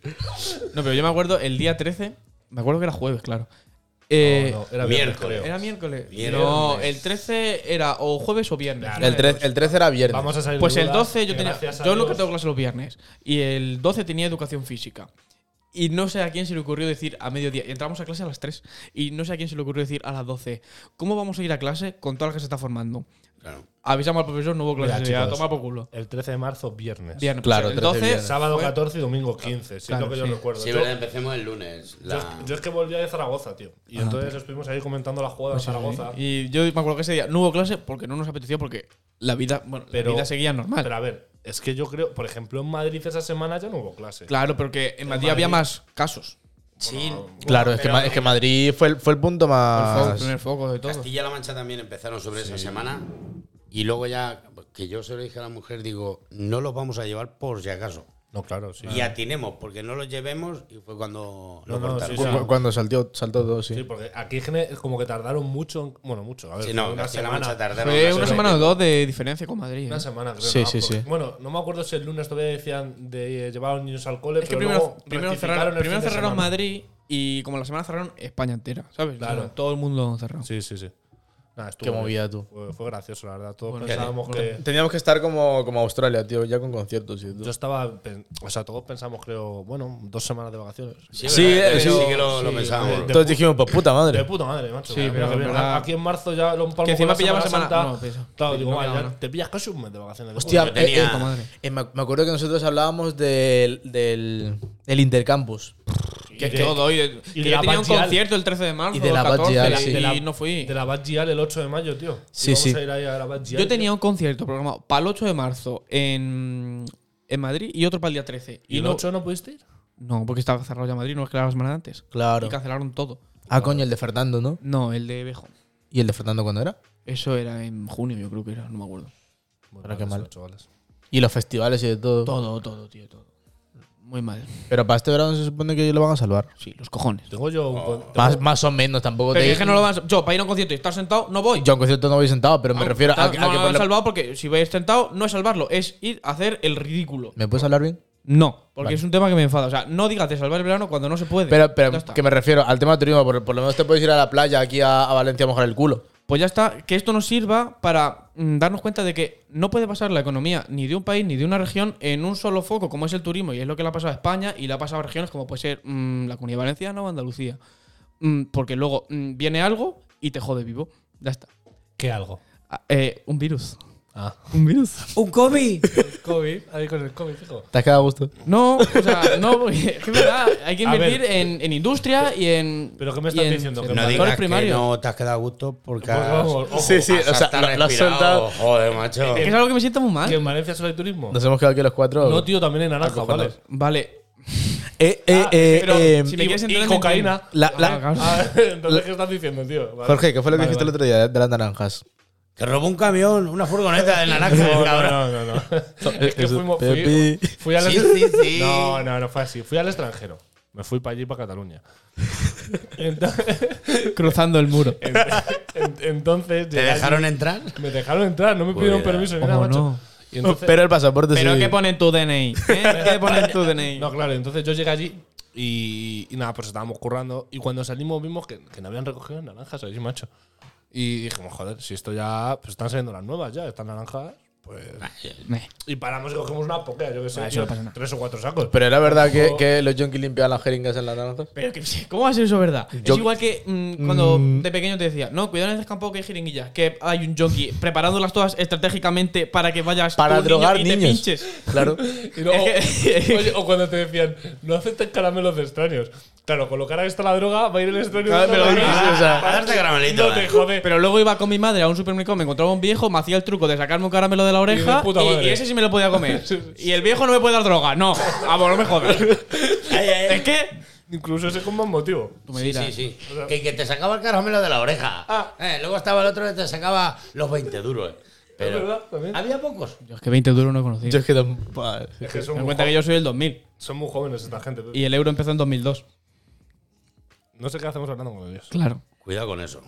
S2: No, pero yo me acuerdo el día 13. Me acuerdo que era jueves, claro. Eh,
S3: No, era
S4: miércoles.
S3: creo.
S2: ¿Era miércoles?
S4: Miércoles.
S2: No, el 13 era o jueves o viernes.
S1: El 13, el 13 era viernes.
S3: Vamos a salir
S2: Pues
S3: de
S2: el
S3: dudas,
S2: 12 yo
S3: que
S2: tenía.
S3: gracias a
S2: Yo
S3: Dios-
S2: nunca tengo clase los viernes. Y el 12 tenía educación física. Y no sé a quién se le ocurrió decir a mediodía, y entramos a clase a las 3, y no sé a quién se le ocurrió decir a las 12, ¿cómo vamos a ir a clase con toda la que se está formando?
S4: Claro.
S2: Avisamos al profesor, no hubo
S3: Mira,
S2: clase, ya
S3: chicos,
S2: toma por culo.
S3: El 13 de marzo, viernes.
S2: Viernes,
S1: Claro,
S2: pues,
S1: 13
S2: entonces,
S1: viernes.
S3: Sábado
S2: fue-
S3: 14 y domingo 15, si es
S2: Claro,
S3: lo que yo
S2: sí.
S3: recuerdo.
S4: Sí,
S3: Yo-
S4: verdad, empecemos el lunes.
S3: Yo,
S4: la-
S3: yo es que volvía de Zaragoza, tío. Y
S2: Ah,
S3: entonces estuvimos ahí comentando la jugada
S2: Pues
S3: de Zaragoza.
S2: Y yo me acuerdo que ese día no hubo clase porque no nos apeteció, porque la vida, bueno,
S3: Pero-
S2: la vida seguía normal.
S3: Pero a ver, es que yo creo, por ejemplo, en Madrid esa semana ya no hubo clase.
S2: claro, porque en Madrid
S3: Madrid-
S2: había más casos.
S4: sí.
S1: Claro, es que,
S4: Pero-
S1: Ma- es que Madrid fue el, fue el punto
S2: El fo-
S1: más.
S2: primer foco de todo.
S4: Castilla-La Mancha también empezaron sobre esa semana. Y luego ya, pues, que yo se lo dije a la mujer, digo, no los vamos a llevar por si acaso.
S3: No, claro, sí.
S4: Y atinemos, porque no los llevemos y fue cuando lo
S3: No, no,
S4: cortaron.
S3: sí,
S1: Cu- cu- Cuando saltió, saltó todo, sí.
S3: Sí, porque aquí en gen- como que tardaron mucho. en- bueno, mucho. A ver,
S4: Sí,
S3: fue
S4: no,
S3: una
S4: Castilla-La Mancha
S3: semana.
S4: tardaron.
S2: Fue una
S3: sí.
S2: semana o dos de diferencia con Madrid. ¿eh?
S3: Una semana, creo.
S1: Sí,
S3: ¿no?
S1: sí,
S3: Porque-
S1: sí.
S3: Bueno, no me acuerdo si el lunes todavía decían de eh, llevar a los niños al cole.
S2: Es que
S3: pero
S2: primero,
S3: luego
S2: primero
S3: rectificaron
S2: cerraron,
S3: el
S2: primero
S3: fin de
S2: cerraron
S3: semana.
S2: Madrid y como la semana cerraron España entera, ¿sabes?
S3: Claro.
S2: O sea, todo el mundo cerrado.
S3: Sí, sí, sí. Nada, estuvo
S1: Qué
S3: bien.
S1: movida tú.
S3: Fue, fue gracioso, la verdad. Todos
S2: Bueno,
S3: pensábamos
S2: bueno,
S3: que.
S1: Teníamos que estar como, como Australia, tío, ya con conciertos y todo.
S3: Yo estaba. pen- O sea, todos pensamos, creo, bueno, dos semanas de vacaciones.
S1: Sí,
S4: ¿verdad?
S1: eh,
S4: sí,
S1: pero-
S4: que lo, lo
S3: sí,
S4: pensábamos.
S3: eh,
S1: Todos dijimos, pues puta
S3: De
S1: madre.
S3: puta madre, macho.
S2: Sí,
S3: Mira,
S2: pero
S3: que
S2: en
S3: bien.
S2: verdad-
S3: Aquí en marzo ya lo empalmo
S2: Que encima
S3: con la
S2: pillamos semana-
S3: Santa.
S2: no, eso.
S3: Claro,
S2: Sí,
S3: digo,
S2: no
S3: vaya,
S2: pillaba nada.
S3: te pillas casi un mes de vacaciones. de
S1: Hostia,
S4: Yo
S3: puta.
S4: tenía-
S1: eh,
S2: Puta madre.
S1: eh, me me acuerdo que nosotros hablábamos del, del, del intercampus.
S2: Que
S3: de-
S2: todo hoy. de-
S3: y
S2: que
S3: de
S2: yo
S3: la
S2: tenía un
S3: Batgial.
S2: concierto el 13 de marzo.
S1: Y de la
S2: 14,
S1: Batgial,
S2: y
S1: sí.
S2: de la-
S3: Sí.
S2: no fui.
S3: de la Bad Gial el 8 de mayo, tío.
S1: Sí,
S3: Y vamos
S1: sí.
S3: a ir ahí a la Bad Gial,
S2: Yo tenía un concierto programado para el 8 de marzo en, en Madrid y otro para el día 13.
S3: tío. ¿Y el
S2: no-
S3: 8 no pudiste ir?
S2: No, porque estaba cerrado ya Madrid, no es que era la semana antes.
S1: Claro.
S2: Y cancelaron todo.
S1: Ah, coño, el de Fernando, ¿no?
S2: No, el de Bejo.
S1: ¿Y el de Fernando cuándo era?
S2: Eso era en junio, yo creo que era, no me acuerdo.
S3: Muy
S1: Ahora qué mal.
S3: mal, eso, chavales.
S1: Y los festivales y de todo.
S2: Todo, todo, tío, todo. Muy mal.
S1: Pero para este verano se supone que lo van a salvar.
S2: Sí, los cojones.
S3: Tengo yo
S2: Oh.
S3: un. con- tengo-
S1: Más, más o menos, tampoco
S2: Pero
S1: te
S2: es que no lo vas a- Yo, para ir a un concierto y estar sentado, no voy.
S1: Yo en concierto no voy sentado, pero me refiero a,
S2: Tal-
S1: a que
S2: Ah, no,
S1: por
S2: he
S1: la-
S2: salvado porque si vais sentado, no es salvarlo, es ir a hacer el ridículo.
S1: ¿Me puedes hablar bien?
S2: No, porque
S1: Vale.
S2: es un tema que me enfada. O sea, no digas de salvar el verano cuando no se puede.
S1: Pero, pero
S2: Ya está.
S1: que me refiero al tema de turismo, por, por lo menos te puedes ir a la playa aquí a, a Valencia a mojar el culo.
S2: Pues ya está, que esto nos sirva para mm, darnos cuenta de que no puede pasar la economía ni de un país ni de una región en un solo foco, como es el turismo, y es lo que le ha pasado a España y le ha pasado a regiones como puede ser mm, la Comunidad Valenciana o Andalucía. Mm, porque luego mm, viene algo y te jode vivo. Ya está.
S3: ¿Qué algo?
S2: Ah, eh, un virus.
S3: Ah.
S2: Un virus.
S4: ¡Un
S3: [LAUGHS]
S4: COVID!
S3: COVID, ahí con el COVID, fijo.
S1: ¿Te has quedado a gusto?
S2: [LAUGHS] No, o sea, no, porque es que es verdad, hay que
S3: A ver.
S2: invertir en, en industria y en.
S3: ¿Pero qué
S2: y
S3: me estás
S2: en-
S3: diciendo?
S2: en
S3: Que
S4: No
S2: sectores
S4: digas
S2: primarios.
S4: que no te has quedado a gusto porque.
S3: Porque Pues vamos, ojo,
S1: Sí, sí, o sea, lo- lo has soltado.
S4: Joder, macho.
S2: Que es algo que me siento muy
S3: ¿Que en
S2: mal.
S3: Valencia solo hay turismo?
S1: Nos hemos quedado aquí los cuatro.
S3: No, tío, también en naranja,
S1: Acojonados.
S3: ¿vale?
S2: Vale.
S1: Eh, eh, eh,
S2: Ah, pero
S1: eh,
S2: si me
S3: y-
S2: quieres
S3: y
S2: entender.
S3: cocaína.
S1: la- la-
S2: Ah, claro.
S3: [LAUGHS] Ah, Entonces, ¿qué estás diciendo, tío? Vale.
S1: Jorge, ¿qué fue lo que
S3: Vale,
S1: dijiste
S3: vale.
S1: el otro día de las naranjas?
S4: Que robó un camión, una furgoneta
S2: [LAUGHS]
S4: de naranja,
S3: [LAUGHS] No,
S4: cabrón.
S3: no, no, no. [LAUGHS] Es que
S1: Eso,
S3: fuimos, fui,
S1: Pepi.
S3: fui al
S4: Sí,
S3: extranjero.
S4: sí, sí.
S3: No, no, no fue así. Fui al extranjero. Me fui para allí, para Cataluña. Entonces,
S2: Cruzando el muro.
S3: [LAUGHS] en- entonces
S4: ¿Te
S3: llegué allí.
S4: dejaron entrar?
S3: Me dejaron entrar, no me
S4: Muy
S3: pidieron
S4: bien.
S3: permiso ni nada,
S2: ¿Cómo
S3: macho.
S2: no?
S3: Y entonces,
S1: pero el pasaporte
S2: Pero
S1: sí.
S2: ¿qué pone en tu DNI? ¿Eh?
S1: [LAUGHS]
S2: ¿Qué pone en tu DNI?
S3: no, claro, entonces yo llegué allí y, y nada, pues estábamos currando. Y cuando salimos vimos que, que no habían recogido naranjas allí, macho. Y dijimos, joder, si esto ya. Pues están saliendo las nuevas ya, estas naranjas. Pues.
S2: Meh.
S3: Y paramos y cogemos una poquera, yo qué sé.
S2: Ah, eso
S3: tío,
S2: no pasa nada.
S3: tres o cuatro sacos.
S1: Pero era verdad que, que los yonkis limpiaban las jeringas en las naranjas.
S2: Pero que, ¿cómo va a ser eso verdad?
S1: Yo-
S2: es igual que mm, cuando de pequeño te decía, no, cuidado en el campo que hay jeringuillas, que hay un jockey preparándolas todas estratégicamente para que vayas
S1: Para
S2: tú, niño,
S1: drogar
S2: y te
S1: niños.
S2: pinches. [LAUGHS]
S1: Claro.
S3: Y luego-
S2: Es que-
S3: oye, o cuando te decían, no aceptes caramelos de extraños. Claro, colocar ahí está la droga, va a ir el extraño.
S1: Claro,
S3: dando
S1: pero-
S3: la- Ah,
S1: sí, o sea,
S4: para darte caramelito,
S3: No te
S4: eh.
S3: jode.
S2: Pero luego iba con mi madre a un supermercado, me encontraba un viejo, me hacía el truco de sacarme un caramelo de la oreja
S3: puta
S2: y,
S3: madre.
S2: y ese sí me lo podía comer. y el viejo no me puede dar droga, no. Vamos, no me jodas. [LAUGHS]
S4: Ay, ay, ay.
S2: es que
S3: Incluso ese con más motivo.
S2: Tú me
S4: Sí,
S2: dirás.
S4: sí, sí. Que, que te sacaba el caramelo de la oreja.
S2: Ah.
S4: Eh, luego estaba el otro que te sacaba los 20 duros. eh. Pero
S3: Es verdad, también.
S2: Ah,
S4: había pocos.
S2: Yo es que 20 duros no he conocido.
S1: Yo es que tampoco. ah,
S3: Es que son,
S2: Ten en
S3: muy
S2: cuenta que
S3: jo-
S2: yo soy del 2000
S3: son muy jóvenes esta gente.
S2: y el euro empezó en 2002.
S3: No sé qué hacemos hablando con ellos.
S2: Claro.
S4: Cuidado con eso.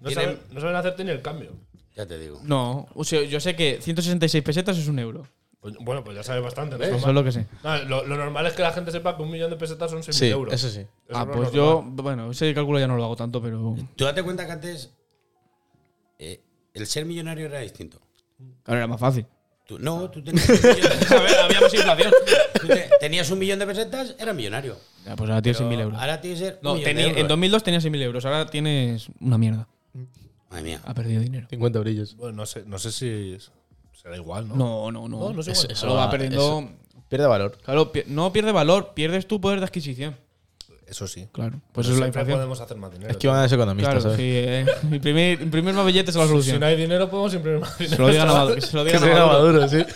S3: No
S4: Tienen-
S3: saben, no saben hacerte ni el cambio.
S4: Ya te digo.
S2: No, o sea, yo sé que 166 pesetas es un euro.
S3: Pues, bueno, pues ya sabes bastante. No es
S2: Eso es lo
S3: normal.
S2: que sé.
S3: No, lo, lo normal es que la gente sepa que un millón de pesetas son 6.000
S1: Sí,
S3: euros.
S1: eso sí.
S3: Eso
S2: Ah,
S3: no es
S2: pues
S3: normal.
S2: yo, bueno, ese cálculo ya no lo hago tanto, pero.
S4: Tú date cuenta que antes eh, el ser millonario era distinto.
S2: Claro, era más fácil. [LAUGHS]
S4: Tú- no, tú tenías un millón de-
S2: había más inflación.
S4: Tú te- tenías un millón de pesetas, eras millonario.
S2: Ya, pues ahora tienes
S4: Pero
S2: 100.000 euros.
S4: Ahora tienes que ser.
S2: No,
S4: un millón
S2: tenía-
S4: de euros.
S2: en 2002 tenías 100.000 euros, ahora tienes una mierda.
S4: Madre mía.
S2: Ha perdido dinero.
S1: 50 brillos.
S3: Bueno, no sé, no sé si es- será igual, ¿no?
S2: No, no, no.
S3: No, no es igual.
S2: Eso va perdiendo.
S1: eso pierde valor.
S2: Claro, pi- no pierde valor, pierdes tu poder de adquisición.
S3: Eso sí.
S2: Claro, pues es
S3: Pero
S2: la
S3: siempre
S2: inflación.
S3: podemos hacer más dinero.
S1: Es que van a ser economistas,
S2: Claro,
S1: ¿sabes?
S2: sí. eh, imprimir, imprimir más billetes es la
S3: tío.
S2: solución.
S3: Si no hay dinero, podemos imprimir más
S2: se [LAUGHS]
S3: dinero.
S2: lo digan a Maduro. Se
S1: [LAUGHS]
S2: lo
S1: Que
S2: digan
S1: se
S2: a
S1: haga
S2: Maduro.
S1: Maduro,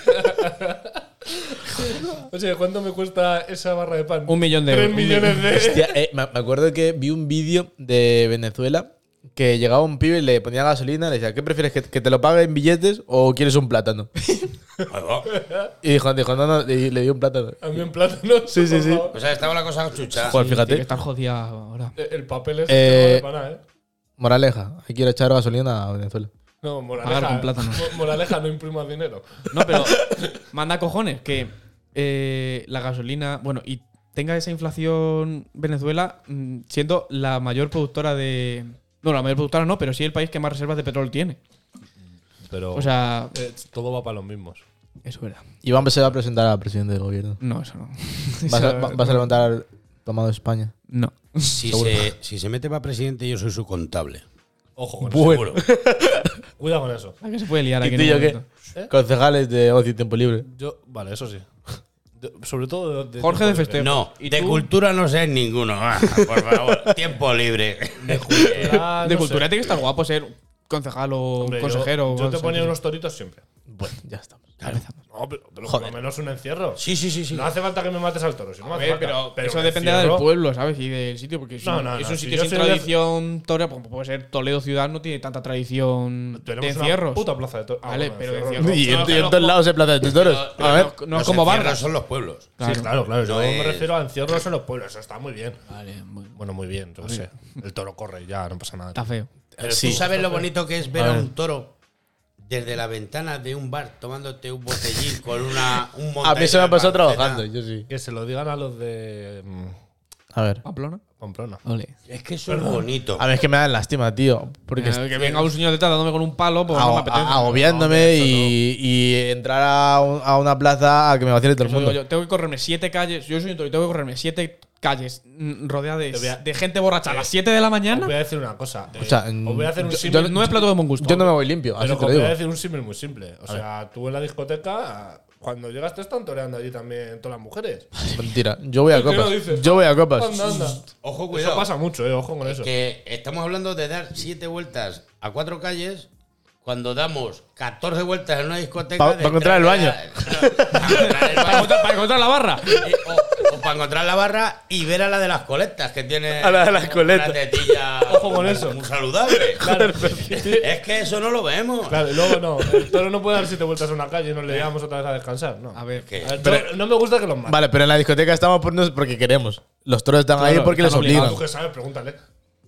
S1: sí.
S3: Oye, ¿cuánto me cuesta esa barra de pan?
S2: Un millón de
S3: Tres
S2: euros, un
S3: millones de
S1: Hostia, eh, me me acuerdo que vi un vídeo de Venezuela que llegaba un pibe y le ponía gasolina y le decía, ¿qué prefieres? ¿Que, que te lo pague en billetes o quieres un plátano? [LAUGHS]
S4: Ahí va.
S1: Y dijo, dijo no, no, y le dio un plátano.
S3: [LAUGHS] A mí en plátano.
S1: Sí, sí, sí.
S4: O sea, estaba la cosa chucha.
S1: Joder,
S2: Tiene que
S1: fíjate.
S2: estar jodida ahora.
S3: El papel es
S1: Eh,
S3: no vale para nada, ¿eh?
S1: Moraleja, aquí quiero echar gasolina a Venezuela.
S3: No, moraleja.
S2: pagar con plátano.
S3: mo- [LAUGHS] Moraleja, no imprimas dinero.
S2: No, pero manda cojones que eh, la gasolina, bueno, y tenga esa inflación Venezuela mm, siendo la mayor productora de... No, la mayor productora no, pero sí el país que más reservas de petróleo tiene.
S3: Pero
S2: O sea,
S3: eh, todo va para los mismos.
S2: eso es verdad.
S1: Y Iván se va a presentar a presidente del gobierno.
S2: No, eso no.
S1: [LAUGHS] Vas a,
S2: Eso-
S1: va- vas a levantar tomado España.
S2: No.
S4: Si se, si se mete para presidente, yo soy su contable.
S3: Ojo con eso.
S1: Bueno,
S3: [LAUGHS] Cuidado con eso.
S2: ¿A qué Ah, se puede liar
S1: ¿y
S2: aquí? en
S1: tú
S2: un
S1: y yo qué?
S2: momento?
S3: ¿Eh?
S1: Concejales de ocio y tiempo libre.
S3: Yo, vale, eso sí. De- sobre todo de,
S2: Jorge de
S3: tiempo
S2: Festejo.
S4: No,
S2: ¿Y
S4: de
S2: tú?
S4: cultura no sé ninguno. Ah, por [LAUGHS] favor, tiempo libre.
S3: libre. Ah,
S2: [LAUGHS] de
S3: no sé.
S2: cultura tiene que estar guapo ser concejal o
S3: Hombre, yo-
S2: consejero. o
S3: Yo, te
S2: algo
S3: ponía
S2: así.
S3: unos toritos siempre.
S1: Bueno, [LAUGHS] ya estamos.
S3: No, pero, pero por
S1: Joder.
S3: lo menos un encierro.
S4: Sí, sí, sí, sí.
S3: No hace falta que me mates al toro. Si no me
S2: A
S3: hace
S2: ver,
S3: falta.
S2: pero, eso
S3: un
S2: dependerá del
S3: encierro-
S2: pueblo, ¿sabes? Y del sitio, porque si
S3: No,
S2: no-
S3: no,
S2: es
S3: no,
S2: un
S3: si
S2: sitía
S3: yo
S2: sin
S3: soy de-
S2: tradición torea, como puede ser Toledo ciudad, no tiene tanta tradición de
S3: Tenemos una
S2: encierros.
S3: puta plaza de Ah, toros.
S2: Vale, pero de encierro.
S1: Y en,
S2: No,
S1: y en
S2: no,
S1: todos
S2: no.
S1: lados se plata de toros. A ver.
S2: no, no es
S4: Los
S2: como
S4: encierros
S2: barras.
S4: son los pueblos.
S2: Claro.
S3: Sí, claro, claro. Yo
S4: No
S3: me
S4: es-
S3: refiero a encierros en los pueblos. Eso está muy bien.
S2: Vale, muy-
S3: Bueno, muy bien, yo qué sé. El toro corre ya, no pasa nada.
S2: está feo.
S4: Pero
S1: Sí.
S4: tú sabes lo bonito que es ver
S1: A
S4: a
S1: ver.
S4: un toro desde la ventana de un bar tomándote un botellín con una, un
S1: A mí
S4: montaje
S1: se me
S4: de
S1: ha pasado
S4: panceta.
S1: trabajando, yo sí.
S3: Que se lo digan a los de mm,
S1: A ver.
S2: ¿Pamplona?
S3: Pamplona.
S2: Ole. Eh,
S4: Es que eso es bonito.
S1: A mí es que me dan lástima, tío. Porque
S2: que venga un señor detrás dándome con un palo, pues no
S1: ago-
S2: me apetece.
S1: agobiándome y, y entrar a, un- a una plaza a que me vacile todo el
S2: Eso digo
S1: mundo.
S2: yo, tengo que correrme siete calles. Yo soy un toro y tengo que correrme siete calles mm, rodeada de,
S3: Te voy a-
S2: de gente borracha a las 7 de la
S3: Os voy a
S2: mañana.
S3: decir una cosa. eh,
S1: O sea, mm,
S3: os voy a hacer un
S1: yo-
S3: símil.
S1: yo-
S2: No me plato de buen gusto.
S1: Yo no me voy limpio, así
S3: pero
S1: te
S3: os
S1: lo
S3: voy
S1: digo.
S3: a decir un símil muy simple. O sea, tú en la discoteca, cuando llegas te están toreando allí también todas las mujeres.
S1: Pues, Mentira, yo voy a
S3: Es que no
S1: copas.
S3: dices.
S1: Yo voy a copas.
S3: Anda, anda.
S4: Ojo,
S3: Eso
S4: cuidado.
S3: pasa mucho, eh. Ojo con
S4: Es
S3: eso.
S4: que estamos hablando de dar siete vueltas a cuatro calles cuando damos 14 vueltas en una discoteca.
S1: Pa- pa'
S4: de
S1: encontrar el baño.
S4: [LAUGHS] Para encontrar
S2: Para
S4: el baño.
S2: encontrar, para encontrar la barra.
S4: Eh, o, para encontrar la barra y ver a la de las coletas que tiene.
S1: A la de las coletas.
S4: Una tetilla
S3: Ojo con eso.
S4: Muy saludable.
S3: Claro.
S4: Es que eso no lo vemos.
S3: [LAUGHS] Claro, y luego no. El toro no puede dar siete vueltas a una calle y nos le llevamos otra vez a descansar. No.
S2: A ver,
S4: Que-
S3: A ver, toro- no me gusta que los maten.
S1: Vale, pero en la discoteca estamos por nos- porque queremos. Los toros están ahí
S2: Claro,
S1: porque
S2: están
S1: les obligan.
S3: Tú que sabes, pregúntale.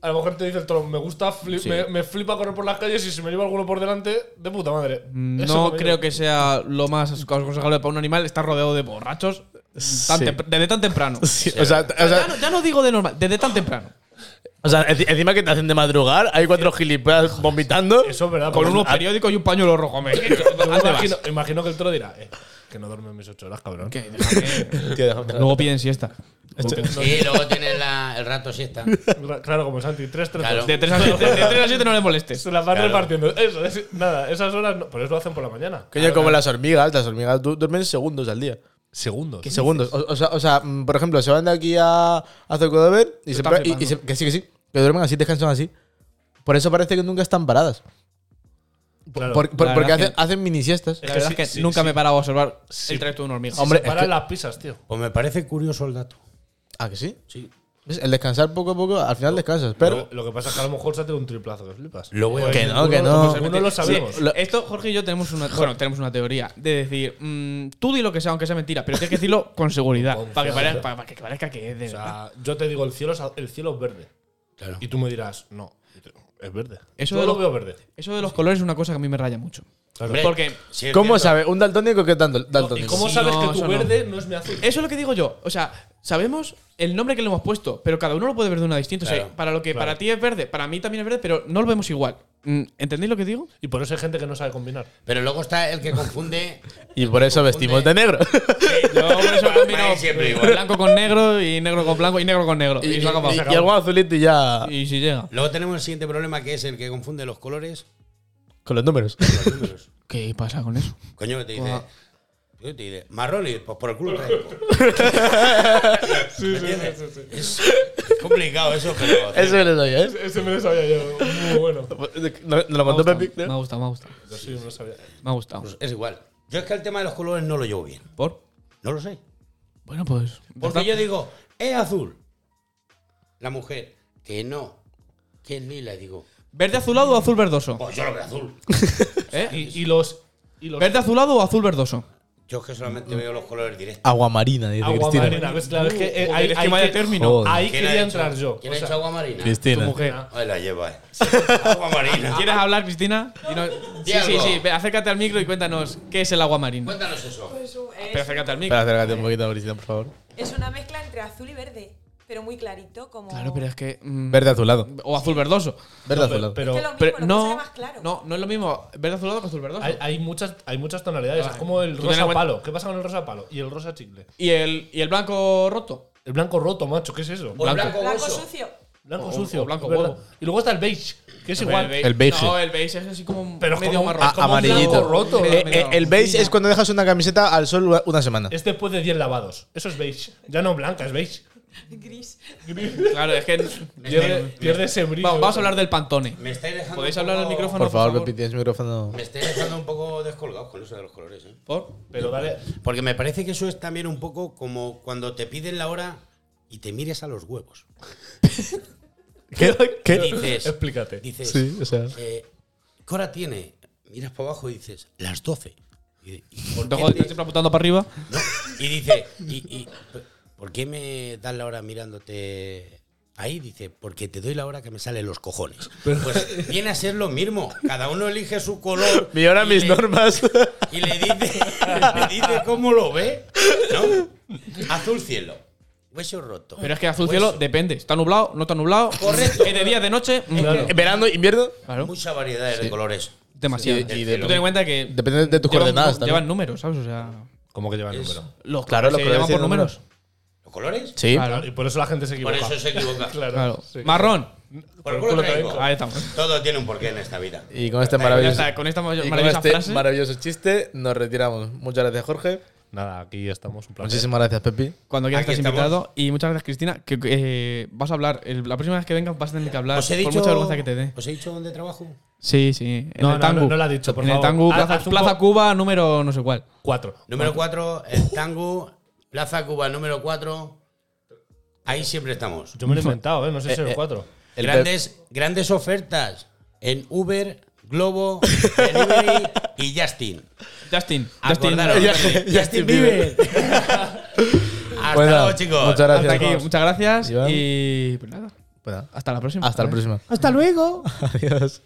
S3: A lo mejor te dice el toro, me gusta, fli- me, me flipa correr por las calles y si me lleva alguno por delante, de puta madre.
S2: Mm, No creo que sea lo más aconsejable para un animal estar rodeado de borrachos tan
S1: Sí.
S2: tempr- desde tan temprano.
S1: [LAUGHS] Sí, o sea, o
S2: Ya,
S1: sea,
S2: no, ya no digo de normal, desde tan temprano.
S1: o sea, enci- encima que te hacen de madrugar, hay cuatro gilipollas vomitando.
S3: Eso es verdad.
S2: Con
S3: porque-
S2: unos periódicos y un pañuelo rojo. Me [LAUGHS]
S3: Me
S2: ¿Dónde
S3: imagino,
S2: vas?
S3: imagino que el toro dirá, eh, que no duerme mis ocho horas, cabrón.
S2: Que déjame.
S1: Tío, déjame-
S2: [LAUGHS] Luego piden siesta.
S4: Sí, luego tienes la- el rato siesta.
S3: Claro, como Santi, tres, tres,
S4: Claro.
S2: De 3 a 7, de 3 a 7 no le molestes.
S3: Se las van
S4: Claro.
S3: repartiendo. Eso, es- nada, esas horas no. Pero eso lo hacen por la mañana.
S1: Coño, como las hormigas, las hormigas du- duermen segundos al día.
S3: Segundos.
S1: Segundos. O, o sea, o sea, mm, por ejemplo, se van de aquí a, a Cercodover y, se,
S2: estás
S1: pe- y-
S2: flipando.
S1: y se- que sí, que sí. Que duermen así, descansan así. Por eso parece que nunca están paradas.
S3: Claro.
S1: Por- por-
S2: La
S1: porque
S2: verdad
S1: hacen,
S2: que-
S1: hacen mini siestas.
S2: La verdad
S3: sí,
S2: es que
S3: sí,
S2: nunca
S3: sí.
S2: me he parado a observar el trayecto de una hormiga.
S1: Hombre, es
S3: Paran
S1: que-
S3: las pisas, tío.
S4: Pues me parece curioso el dato.
S1: ¿Ah, que sí?
S4: Sí.
S1: ¿Ves? El descansar poco a poco, al final descansas. Pero.
S3: Lo, lo que pasa es que a lo mejor se hace un triplazo que flipas.
S4: Lo voy a
S1: Que
S4: ver.
S1: no, que
S3: Ninguno-
S1: no.
S3: ninguno lo sabemos.
S2: Sí, esto, Jorge y yo tenemos una, bueno, tenemos una teoría de decir, mm, tú di lo que sea, aunque sea mentira, pero tienes que decirlo con seguridad.
S3: Con
S2: para, que parezca,
S3: confianza.
S2: para, para que parezca que es de
S3: O
S2: verdad.
S3: sea, yo te digo, el cielo es, el cielo es verde.
S4: Claro.
S3: Y tú me dirás, no, es verde.
S2: Eso
S3: Eso yo
S2: de
S3: lo
S2: lo-
S3: veo verde.
S2: Eso de los colores es una cosa que a mí me raya mucho.
S4: Hombre,
S2: Porque-
S4: sí es
S1: ¿Cómo
S4: cierto.
S1: sabe un daltónico que es dal-
S3: ¿Y
S1: daltónico?
S3: cómo
S2: Sí,
S3: sabes
S2: no,
S3: que
S2: eso
S3: tu
S2: no.
S3: verde no es mi azul?
S2: Eso es lo que digo yo. O sea, sabemos el nombre que le hemos puesto, pero cada uno lo puede ver de una distinta. O sea,
S4: Claro,
S2: para lo que para ti es verde, para mí también es verde, pero no lo vemos igual. Mm, ¿Entendéis lo que digo?
S3: Y por eso hay gente que no sabe combinar.
S4: Pero luego está el que confunde.
S1: Y por eso vestimos de negro.
S2: Yo por eso he [LAUGHS] combinado
S4: Siempre igual.
S2: blanco con negro y negro con blanco y negro con negro. [LAUGHS] Y,
S1: y,
S2: se ha acabado.
S1: y- y algo azulito y ya.
S2: Y si llega.
S4: Luego tenemos el siguiente problema que es el que confunde los colores
S1: Con los
S2: [LAUGHS]
S1: números.
S4: con los números.
S2: ¿Qué pasa con eso?
S4: Coño, que te dice. yo te dice, marrón y pues por el culo traigo. [LAUGHS] ¿Me entiendes? Es complicado eso, pero.
S1: Eso que lo sabía, ¿eh?
S3: Ese me lo sabía yo. Muy bueno.
S1: Nos lo mandó
S2: me, ha
S1: Pepi.
S2: gustado, me ha gustado, me ha gustado.
S3: Yo sí me lo sabía.
S2: Me ha gustado.
S4: pues, Es igual. Yo es que el tema de los colores no lo llevo bien.
S2: ¿Por?
S4: No lo sé.
S2: Bueno, pues.
S4: Porque yo digo, es azul. La mujer, que no, que es lila, y digo,
S2: ¿Verde azulado o azul verdoso?
S4: pues yo lo veo azul.
S2: ¿Eh?
S3: Y, y los. Y los
S2: ¿Verde azulado o azul verdoso?
S4: Yo es que solamente veo los colores directos.
S1: Agua marina, dice
S3: agua
S1: Cristina.
S3: marina. ¿ves? Claro, es que eh,
S2: Joder,
S3: ahí,
S2: es que
S3: ahí
S2: vaya
S3: que-
S2: término.
S1: Joder.
S4: ¿Quién
S3: ahí
S4: ha
S3: quería
S4: hecho-
S3: entrar yo.
S4: ¿Quién
S3: o
S4: ha
S3: sea,
S4: hecho agua marina?
S3: tu
S1: Cristina.
S3: mujer.
S4: Ahí la lleva, eh. [LAUGHS] Agua marina.
S2: ¿Quieres hablar, Cristina? Dino-
S4: Ah,
S2: Sí,
S4: Di
S2: sí,
S4: algo. Pues,
S2: sí. Ve, Acércate al micro y cuéntanos qué es el agua marina.
S4: Cuéntanos eso.
S5: Es, Pues un- es-
S2: Pero acércate al micro.
S1: Espera, acércate un poquito, Cristina, por favor.
S5: es una mezcla entre azul y verde, pero muy clarito, como.
S2: Claro, pero es que. mm,
S1: Verde azulado.
S2: O azul verdoso.
S1: Verde
S3: Pero,
S1: azulado.
S5: Es
S3: pero
S5: que lo mismo,
S2: Pero
S5: lo que
S2: no,
S5: sale más claro.
S2: no, no es lo mismo verde azulado que azul verdoso.
S3: hay, hay muchas, hay muchas tonalidades.
S2: Ah,
S3: es como el
S2: tú ten en
S3: rosa
S2: cuenta-
S3: palo. ¿Qué pasa con el rosa palo? Y el rosa chicle.
S2: ¿Y, el, ¿Y el blanco roto?
S3: El blanco roto, macho. ¿Qué es eso?
S4: O el blanco,
S5: Blanco
S4: hueso.
S5: sucio.
S3: Blanco
S2: O-
S3: sucio.
S2: o blanco
S3: es verdad.
S2: huevo.
S3: Y luego está el beige, que es
S2: Pero
S3: igual.
S2: beige-
S1: El beige.
S2: No, el beige es así como
S3: Pero es
S2: medio
S3: como un-
S2: marrón.
S1: Ah,
S3: como un
S1: amarillito.
S3: blanco roto.
S1: Eh, eh, el beige es cuando dejas una camiseta al sol una semana.
S3: Es después de 10 lavados. Eso es beige. Ya no blanca, es beige.
S5: [LAUGHS] Gris.
S2: [LAUGHS] Claro, es que.
S3: Pierde, pierde ese brillo.
S2: Vamos, vamos a hablar del pantone.
S4: Me estáis dejando.
S2: ¿Podéis
S4: un
S2: hablar al
S4: poco-
S2: micrófono?
S1: Por favor, Pepi, tienes el micrófono.
S4: Me estáis dejando un poco descolgados con eso de los colores, eh.
S2: Por-
S3: Pero dale.
S4: Porque me parece que eso es también un poco como cuando te piden la hora y te mires a los huevos.
S3: [LAUGHS]
S1: ¿Qué? ¿Qué?
S4: Dices,
S3: Explícate.
S4: dices
S1: Sí, o sea.
S4: eh, ¿qué hora tiene? Miras para abajo y dices, las 12. Y, y- ¿por
S2: Te
S4: qué
S2: jodas,
S4: te-
S2: estás siempre apuntando para arriba.
S4: no? Y dice, y- y, ¿por qué me das la hora mirándote ahí? Dice, porque te doy la hora que me salen los cojones. Pues viene a ser lo mismo. Cada uno elige su color.
S1: Mi hora,
S4: y
S1: mis
S4: le-
S1: normas.
S4: Y le dice, le dice cómo lo ve. ¿no? Azul cielo. Hueso roto.
S2: Pero es que
S3: pues
S2: azul cielo depende. ¿Está nublado? ¿No está nublado?
S4: Correcto.
S2: ¿Es de día? ¿De noche? Mm,
S3: Claro.
S1: Verano, invierno.
S2: claro.
S4: Mucha variedad de colores.
S2: Demasiado.
S1: Y- y
S2: Tú
S1: de-
S2: ten en cuenta que.
S1: Depende de tus
S2: llevan-
S1: coordenadas también.
S2: Llevan números, ¿sabes? O sea.
S3: ¿Cómo que lleva el
S4: Es-
S3: número?
S2: Los
S1: Claro, los
S2: se
S1: colores
S2: llaman por
S1: tienen
S2: números.
S4: ¿Los colores?
S1: Sí.
S2: Claro.
S3: Claro, y por eso la gente se
S4: Por
S3: equivoca.
S4: eso se equivoca.
S3: Claro.
S2: Claro.
S3: sí.
S2: Marrón.
S4: Por el culo traigo.
S2: Ahí estamos.
S4: Todo tiene un porqué en esta vida.
S1: Y con este
S2: Ya
S1: maravilloso,
S2: está, con esta
S1: y
S2: marav-
S1: con
S2: maravillosa
S1: este
S2: frase.
S1: maravilloso chiste nos retiramos. Muchas gracias, Jorge.
S3: Nada, aquí estamos. Un placer.
S1: Muchísimas gracias, Pepi.
S2: Cuando quieras
S4: Aquí
S2: estás
S4: estamos.
S2: invitado. Y muchas gracias, Cristina. Que eh, vas a hablar. el- la próxima vez que vengas vas a tener que hablar.
S4: Os he dicho.
S2: Por mucha vergüenza que te dé.
S4: ¿Os he dicho dónde trabajo?
S2: Sí, sí. En
S3: No,
S2: el
S3: no,
S2: Tangu.
S3: no, no lo ha dicho, por
S2: En
S3: favor.
S2: el Tangu,
S3: Haz-
S2: Plaza,
S3: haz un
S2: Plaza
S3: po-
S2: Cuba, número no sé cuál.
S3: Cuatro.
S4: Número 4, el Tango, Plaza Cuba número 4. Ahí siempre estamos.
S3: Yo me lo he inventado, ¿eh? No sé si es el cuatro.
S1: El
S4: Grandes, grandes ofertas en Uber,
S1: [LAUGHS]
S4: Globo, Delivery y Justin.
S2: Justin.
S3: Ah,
S2: Justin.
S4: Acordaros,
S1: [LAUGHS] Justin Bieber.
S4: Hasta
S1: Bueno,
S4: luego, chicos.
S1: Muchas gracias.
S2: Hasta aquí. Muchas gracias.
S1: Iván.
S2: Y pues nada.
S1: Bueno,
S2: Hasta la
S1: [LAUGHS]
S2: próxima.
S1: hasta la próxima.
S2: Hasta luego.
S1: Adiós.